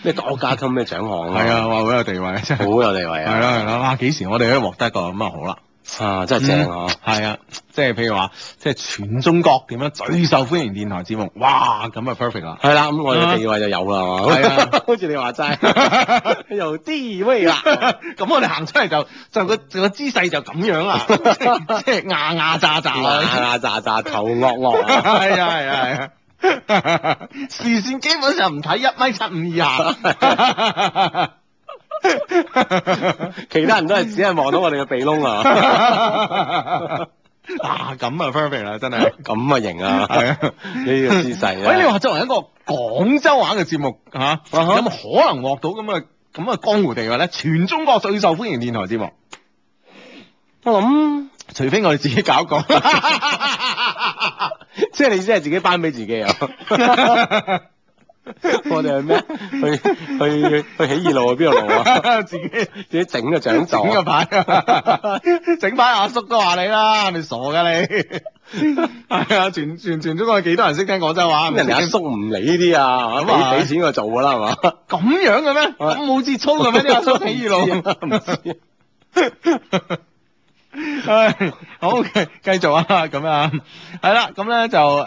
C: 咩國家級咩獎項啊，
A: 係啊，，話好有地位真
C: 好
A: 係。
C: 有地位啊，
A: 係啦係啦，哇！幾時我哋可以獲得個咁啊好啦，
C: 啊真係正啊！
A: 係啊，即係譬如話，即係全中國點樣最受歡迎電台節目，哇！咁啊 perfect 啦，
C: 係啦，咁我哋嘅地位就有啦，係
A: 嗯係
C: 嘛
A: 啊，
C: 好似你話 齋，有地位啦，
A: 咁我哋行出嚟就就個就個姿勢就咁樣啦，即係即係牙牙 咋咋啊，
C: 嗱嗱喳喳頭惡惡啊，
A: 係啊係啊 係啊，視線基本上唔睇一米七五以下。
C: 其他人都係只係望到我哋嘅鼻窿 啊，
A: 啊咁啊 perfect 啦，真係。
C: 咁啊型啊，
A: 係啊
C: 呢個姿勢啊，
A: 喂，你話作為一個廣州話嘅節目嚇，有
C: 哈
A: 冇可能獲到咁嘅咁嘅江湖地位咧？全中國最受歡迎電台節目，
C: 我諗。
A: 除非我哋自己 搞過。
C: 即係你先係自己頒俾自己 啊！我哋係咩？去去去起義路去邊度路啊？
A: 自己整
C: 自己整個獎座
A: 個
C: 啊，
A: 牌啊，整牌阿叔都話你啦，係咪傻㗎 你？係啊，全全全中國有幾多人識聽廣州話？
C: 咁人哋阿叔唔理呢啲啊，
A: 咁啊
C: 俾俾錢佢做㗎啦，係嘛？
A: 咁樣嘅咩？咁冇節操 嘅咩？啲阿叔起義路
C: 啊唔啊知啊
A: 唉，好嘅，繼續啊，咁啊，係啦，咁咧就誒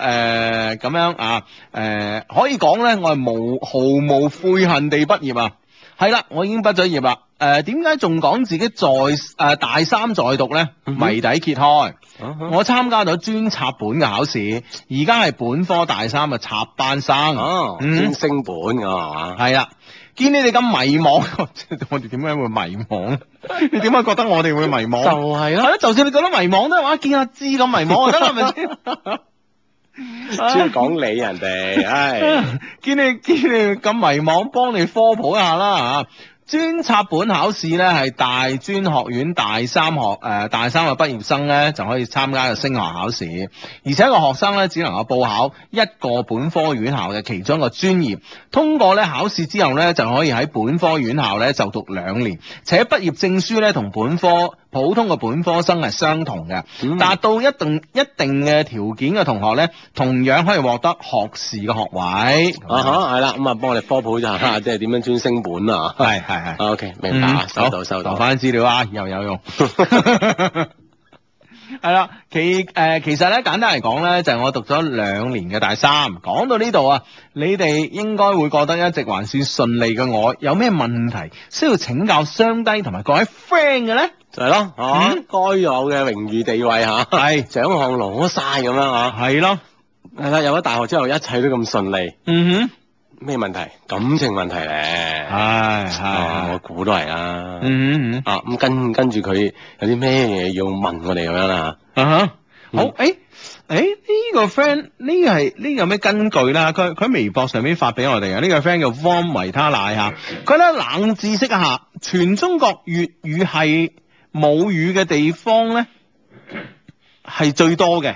A: 咁、樣啊，誒、可以講咧，我係無毫無悔恨地畢業啊，係啦，我已經畢咗業啦，誒點解仲講自己在誒、大三在讀咧？
C: 嗯哼
A: 謎底揭開，
C: 啊哈
A: 我參加咗專插本嘅考試，而家係本科大三嘅插班生。
C: 哦，
A: 嗯
C: 專升本㗎係嘛？
A: 係啦，見你哋咁迷茫， 我哋點解會迷茫咧？你點解覺得我哋會迷
C: 就
A: 茫？
C: 係
A: 係
C: 啦，
A: 咯，就算你覺得迷茫都係話見阿芝咁 迷茫就得啦，係咪先？
C: 主要講理啊人哋，唉，
A: 見你見你咁迷茫，幫你科普一下啦嚇。專插本考試咧係大專學院大三學誒、呃大三嘅畢業生咧就可以參加嘅升學考試，而且個學生咧只能夠報考一個本科院校嘅其中一個專業，通過咧考試之後咧就可以喺本科院校咧就讀兩年，且畢業證書咧同本科普通嘅本科生係相同嘅。
C: 嗯
A: 達啊到一定一定嘅條件嘅同學咧，同樣可以獲得學士嘅學位。
C: 啊哈，係啦，咁啊幫我哋科普一下，即係點樣專升本啊？
A: 係係係。
C: OK，明白啊，
A: 嗯
C: 收到
A: 好
C: 收
A: 留
C: 到。
A: 翻資料啊，又有用。 係啦，其誒、呃其實咧簡單嚟講咧，就係、我讀咗兩年嘅大三。講到呢度啊，你哋應該會覺得一直還算順利嘅我，有咩問題需要請教雙低同埋各位 friend 嘅咧？
C: 就係咯，嚇、
A: 嗯
C: 該有嘅榮譽地位嚇，
A: 係
C: 獎項攞晒咁樣嚇，
A: 係咯，
C: 係啦，有咗大學之後一切都咁順利，
A: 嗯
C: 咩問題？感情問題咧
A: 哼，，係
C: 啊，我
A: 係，
C: 估都係啦，
A: 嗯嗯嗯。
C: 啊咁跟跟住佢有啲咩嘢要問我哋咁樣啦，
A: 啊哈，
C: 嗯
A: 好，誒誒呢個 friend 呢個係呢個有咩根據啦？佢佢喺微博上面發俾我哋啊，呢、個 friend 叫 Warm 維他奶嚇，佢咧冷知識一下，全中國粵語係母語嘅地方咧係最多嘅，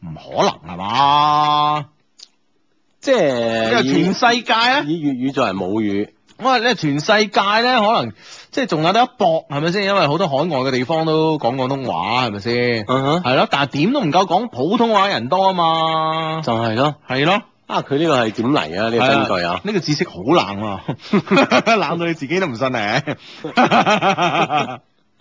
A: 唔可能係嘛？
C: 即
A: 因為
C: 係以
A: 全世界咧，
C: 以粵語作為母語，
A: 我話咧全世界咧可能即係仲有得一搏係咪先？因為好多海外嘅地方都講廣東話係咪先？
C: 嗯哼
A: 係咯，但係點都唔夠講普通話人多啊嘛。
C: 就係咯，
A: 係咯，
C: 啊佢呢個係點嚟啊？呢個根據啊，
A: 哎呢個知識好冷啊， 冷到你自己都唔信你。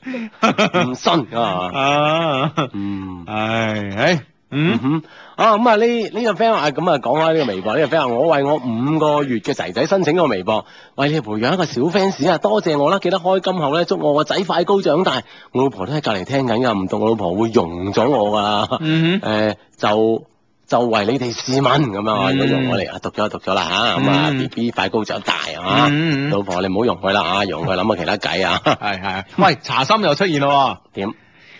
C: 唔信啊，
A: 啊，
C: 嗯。
A: 唉，唉，
C: 嗯
A: 嗯，
C: 哼，啊咁啊呢呢個 friend 話咁啊講開呢個微博，呢、個 friend 話我為我五個月嘅仔仔申請個微博，為你培養一個小 fans 啊，多謝我啦，記得開金口咧，祝我個仔快高長大。嗯
A: 嗯
C: 我老婆都喺隔離聽緊㗎，唔讀我老婆會用咗我㗎。誒、
A: 嗯哼，
C: 呃就就為你哋市民咁樣啊！如
A: 嗯
C: 果用我哋啊，讀咗就讀咗啦嚇，咁啊
A: 嗯
C: B B 快高長大啊
A: 嗯嗯嗯，
C: 老婆你唔好用佢啦啊，用佢諗下其他計啊，
A: 係係，喂，茶心又出現咯喎。
C: 點？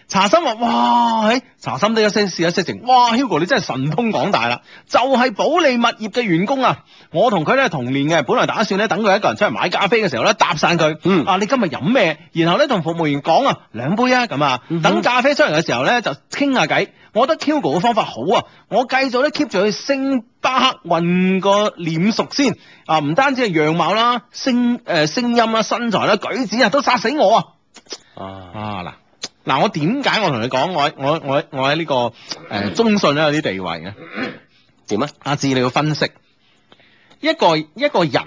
A: 茶心話：哇，喺茶心都一些事一些情。哇，Hugo 你真係神通廣大啦！就係、保利物業嘅員工啊，我同佢咧同年嘅，本來打算咧等佢一個人出嚟買咖啡嘅時候咧搭訕佢。
C: 嗯
A: 啊，你今日飲咩？然後咧同服務員講啊，兩杯啊咁啊。
C: 嗯哼
A: 等咖啡出嚟嘅時候咧就傾下偈。我覺得 Hugo 嘅方法好啊，我繼續咧 keep 住去星巴克混個臉熟先。啊，唔單止係樣貌啦、聲誒、呃、聲音啦、身材啦、舉止啊，都殺死我啊！
C: 啊，
A: 啊嗱嗱，我點解我同你講我喺我我我喺呢、個誒、呃中信咧有啲地位嘅？
C: 點啊？
A: 阿志你要分析一個一個人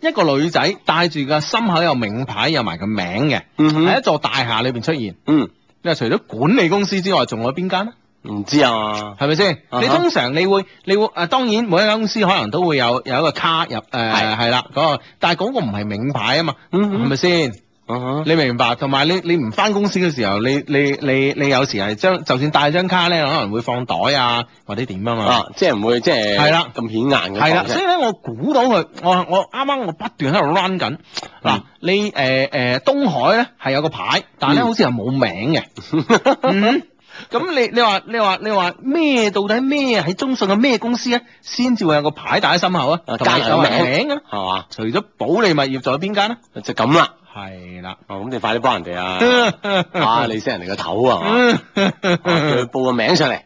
A: 一個女仔帶住個心口有名牌有埋個名嘅，
C: 嗯
A: 喺、一
C: 哼，
A: 座大廈裏邊出現。
C: 嗯，
A: 你話除咗管理公司之外，仲有邊間咧？
C: 唔知啊，
A: 係咪先？
C: 啊哈
A: 你通常你會你會誒，當然每一間公司可能都會有有一個卡入誒呃
C: 係
A: 係啦嗰個，但係嗰個唔係名牌啊嘛，
C: 嗯
A: 係咪先？
C: 啊哈
A: 你明白，同埋你你唔翻公司嘅時候，你你你你有時係將就算帶張卡咧，可能會放袋啊或者點啊嘛。
C: 啊，即係唔會即係
A: 係啦
C: 咁顯眼嘅，
A: 係啦，所以咧我估到佢，我我啱啱我不斷喺度 run 緊。嗱
C: 嗯，
A: 你誒誒東海咧係有個牌，但係咧
C: 嗯
A: 好似係冇 名嘅。嗯咁你你話你話你話咩？到底咩喺中信嘅咩公司咧，先至會有個牌打喺心口啊？
C: 啊
A: 同
C: 加
A: 埋有
C: 有
A: 埋
C: 名
A: 名啊！
C: 係嘛，
A: 除咗保利物業，仲有邊間咧？
C: 就咁啦，
A: 係啦。
C: 哦咁你快啲幫人哋啊， 啊你識人哋個頭啊，係
A: 嗯
C: 嘛啊叫佢報個名上嚟，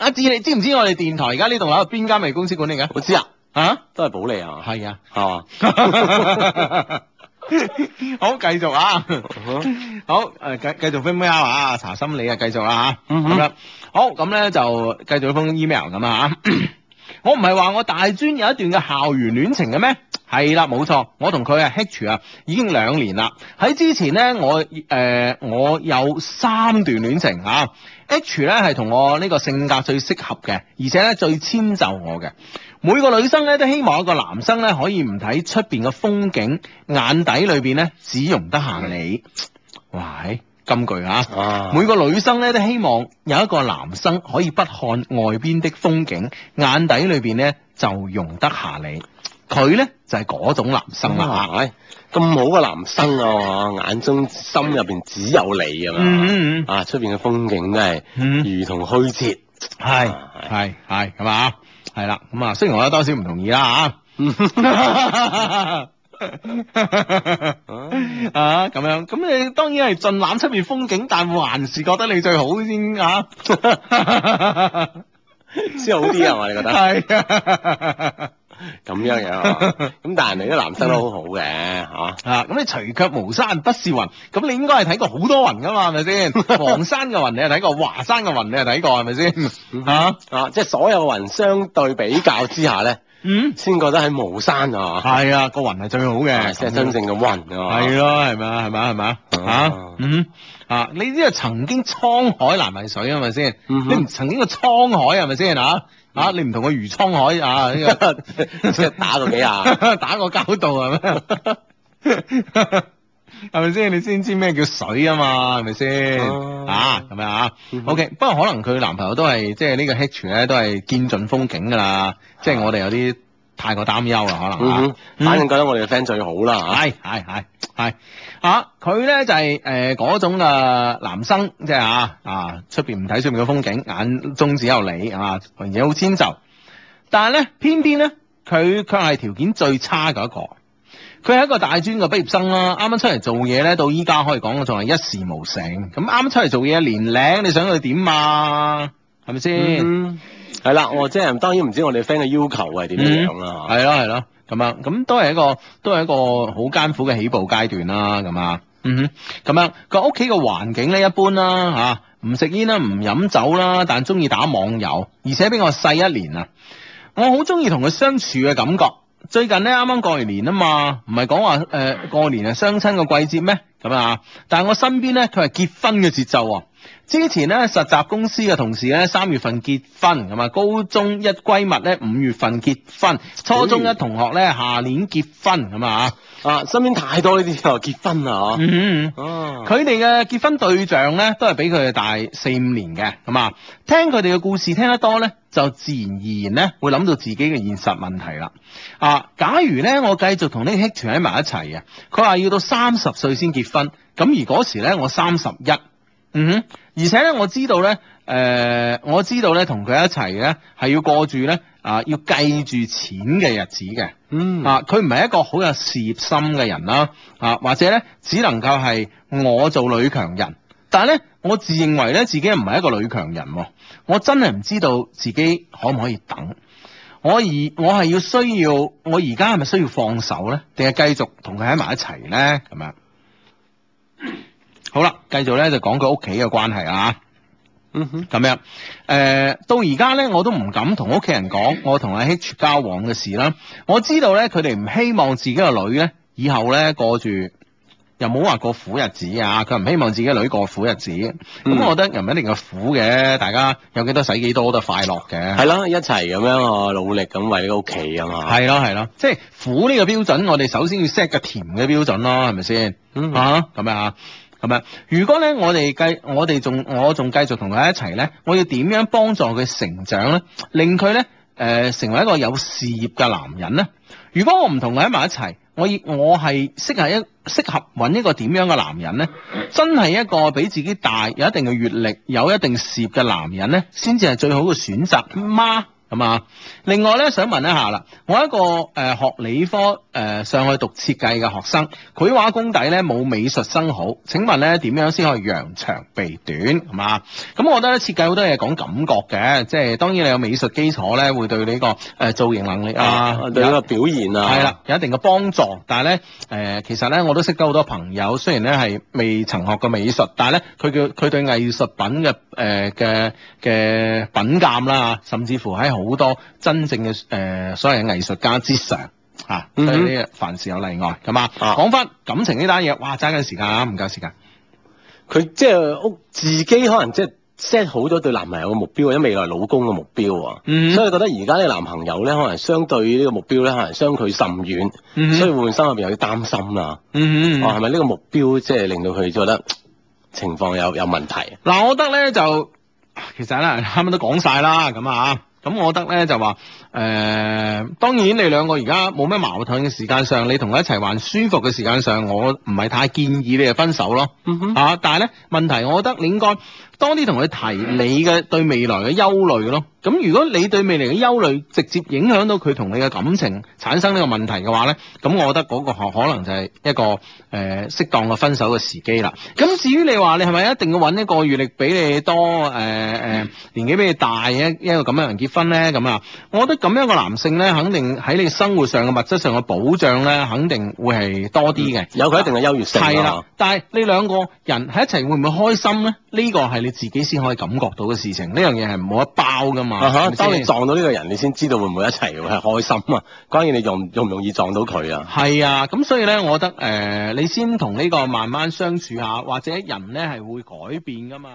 A: 阿志，你知唔知我哋電台而家呢棟樓係邊間咪公司管理嘅？
C: 我知啊，
A: 啊，
C: 都係保利啊，
A: 係啊。
C: 係嘛，
A: 好，繼續啊。
C: 嗯
A: 好，呃誒繼繼續封 email 啊，查心理啊，繼續啦嚇。
C: 嗯
A: 咁
C: 哼
A: 樣好，咁咧就繼續封 email 咁啊嚇。 我唔係話我大專有一段嘅校園戀情嘅咩？係啦，冇錯，我同佢啊 Hitch 啊已經兩年啦。喺之前咧，我誒、呃我有三段戀情啊。H 咧係同我呢個性格最適合嘅，而且咧最遷就我嘅。每個女生咧都希望一個男生咧可以唔睇出邊嘅風景，眼底裏邊咧只容得下你。喂，金句啊！
C: 啊，
A: 每個女生咧都希望有一個男生可以不看外邊的風景，眼底裏邊咧就容得下你。佢咧就係、嗰種男生啦。
C: 啊，咁好嘅男生啊，眼中心入邊只有你咁樣
A: 嗯嗯
C: 啊，出邊嘅風景真係
A: 嗯嗯，
C: 如同虛設。
A: 係
C: 係
A: 係係咁啊，係啦咁啊，雖然我有多少唔同意啦啊嚇。
C: 嗯
A: 啊，咁樣，咁你當然係盡覽出面風景，但還是覺得你最好先啊。
C: 先好啲啊嘛，你覺 得
A: 係啊。
C: 咁樣樣啊？咁但係人哋啲男生都好好嘅，嚇
A: 啊，咁你除卻無山不是雲，咁你應該係睇過好多雲噶嘛，係咪 先？黃山嘅雲你係睇過，華山嘅雲你係睇過，係咪先？嚇，
C: 啊！即係所有人相對比較之下咧，
A: 嗯，
C: 先覺得喺無山啊，
A: 係啊，個雲係最好嘅，
C: 即係真正嘅雲啊，
A: 係咯，係咪啊？係咪啊？係咪啊？
C: 啊
A: 嚇，嗯，啊，你呢個曾經滄海難為水係咪先？
C: 嗯哼
A: 你唔曾經個滄海係咪先啊？啊，你唔同個魚滄海啊，呢個
C: 即係打過幾 下，
A: 打個交道啊係咪？ 係咪先？你先知咩叫水啊嘛？係咪先？
C: 哦
A: 啊咁樣啊
C: 嗯哼
A: ，OK。不過可能佢男朋友都係即係呢個 Hitch 咧，都係見盡風景㗎啦。即係我哋有啲太過擔憂啦，可能啊
C: 嗯哼，反正覺得我哋嘅 friend 最好啦
A: 係係係係啊！佢咧就係誒嗰種啊男生，即係啊啊出邊唔睇出面嘅風景，眼中只有你啊，而且好遷就。但係咧，偏偏咧佢卻係條件最差嘅一個。佢係一個大專嘅畢業生啦，啱啱出嚟做嘢咧，到依家可以講仲係一事無成。咁啱啱出嚟做嘢年零，你想佢點啊？係咪
C: 嚇。
A: 先？
C: 嗯，係啦，我即係當然唔知我哋 friend 嘅要求係點樣樣啦啊嚇。
A: 嗯係咯係咯，咁樣咁都係一個都係一個好艱苦嘅起步階段啦，咁啊，嗯哼，咁樣個屋企嘅環境咧一般啦嚇，啊唔食煙啦，唔飲酒啦，但中意打網遊，而且比我細一年啊，我好中意同佢相處嘅感覺。最近咧啱啱過完年啊嘛，唔係講話呃啊誒過年係相親嘅季節咩？咁啊，但係我身邊咧佢係結婚嘅節奏喎、之前咧實習公司嘅同事咧三月份結婚，咁啊高中一閨蜜咧五月份結婚，初中一同學咧下年結婚咁啊，
C: 啊，身邊太多呢啲又結婚啦，
A: 嗯嗯。
C: 嗬。啊，
A: 佢哋嘅結婚對象咧，都係比佢哋大四五年嘅，咁啊，聽佢哋嘅故事聽得多咧，就自然而然咧會諗到自己嘅現實問題啦。啊，假如咧我繼續同呢個 Hit 團喺埋一齊啊，佢話要到三十歲先結婚，咁而嗰時咧我三十一，嗯哼，而且咧我知道咧，誒、我知道咧同佢一齊咧係要過住咧啊要計住錢嘅日子嘅。
C: 嗯，
A: 啊，佢唔係一個好有事業心嘅人啦，啊，或者咧只能夠係我做女強人，但係咧我自認為咧自己唔係一個女強人喎，我真係唔知道自己可唔可以等。我而我係要需要，我而家係咪需要放手咧，定係繼續同佢喺埋一齊咧？咁樣好啦，繼續咧就講佢屋企嘅關係啊。
C: 嗯哼，
A: 咁樣，誒、呃到而家咧，我都唔敢同屋企人講我同阿 H 交往嘅事啦。我知道咧，佢哋唔希望自己個女咧，以後咧過住又冇話過苦日子啊。佢唔希望自己個女過苦日子，咁、
C: 嗯
A: 我覺得又唔一定係苦嘅，大家有幾多使幾多都係快樂嘅。
C: 係啦，一齊咁樣啊，努力咁為呢個屋企啊嘛。
A: 係咯係咯，即係苦呢個標準，我哋首先要 set 個甜嘅標準咯，係咪先？
C: 嗯
A: 啊，咁樣啊，咁樣。如果咧，我哋繼我哋仲我仲繼續同佢一齊咧，我要點樣幫助佢成長咧，令佢咧誒成為一個有事業嘅男人咧？如果我唔同佢喺埋一齊，我以我係適合一適合揾一個點樣嘅男人咧？真係一個比自己大、有一定嘅閲歷、有一定事業嘅男人咧，先至係最好嘅選擇嗎？咁啊，另外咧想問一下啦，我一個誒、呃、學理科誒、呃上去讀設計嘅學生，繪畫功底咧冇美術生好，請問咧點樣先可以揚長避短係嘛？咁我覺得咧設計好多嘢講感覺嘅，即係當然你有美術基礎咧，會對你呢個誒、呃造型能力啊
C: 啊，對呢個表現啊，
A: 係啦，，有一定嘅幫助。但係咧，誒、其實咧，我都識得好多朋友，雖然咧係未曾學過美術，但係咧，佢嘅佢對藝術品嘅誒嘅嘅品鑑啦，甚至乎喺好多真正嘅誒、呃所謂嘅藝術家之上。嚇，所
C: 嗯哼
A: 以呢個凡事有例外，咁啊，
C: 啊
A: 講翻感情呢單嘢，哇，揸緊時間啊，唔夠時間，
C: 佢即係屋自己可能即係 set 好咗對男朋友嘅目標，或者未來老公嘅目標啊。
A: 嗯
C: 所以覺得而家呢個男朋友咧，可能相對呢個目標咧，可能相距甚遠，
A: 嗯
C: 所以會唔會心入邊有啲擔心啦？
A: 嗯
C: 哦，係咪呢個目標即係令到佢覺得情況有有問題？
A: 嗱，我覺得咧就其實咧啱啱都講晒啦，咁啊，咁我覺得咧就話誒、呃當然你兩個而家冇咩矛盾嘅時間上，你同佢一齊還舒服嘅時間上，我唔係太建議你哋分手咯。
C: 嗯哼，
A: 啊！但係咧問題，我覺得你應該多啲同佢提你嘅對未來嘅憂慮咯。咁如果你對未來嘅憂慮直接影響到佢同你嘅感情產生呢個問題嘅話咧，咁我覺得嗰個可可能就係一個誒、呃、適當嘅分手嘅時機啦。咁至於你話你係咪一定要揾一個閲歷比你多誒誒、呃年紀比你大嘅一一個咁樣人結婚咧？咁啊，我覺得咁樣嘅男性咧，肯定喺你生活上嘅物質上嘅保障咧，肯定會係多啲嘅。
C: 嗯有佢一定嘅優越性
A: 係啦
C: 啊。，
A: 但係你兩個人喺一齊會唔會開心咧？呢個係你自己先可以感覺到嘅事情，呢樣嘢係冇得包噶嘛。
C: 啊哈！
A: 係
C: 當
A: 咪
C: 你
A: 先
C: 撞到呢個人，你先知道會唔會一齊會係開心啊？關鍵你容容唔容易撞到佢啊？
A: 係啊，咁所以咧，我覺得誒、呃你先同呢個慢慢相處下，或者人咧係會改變噶嘛。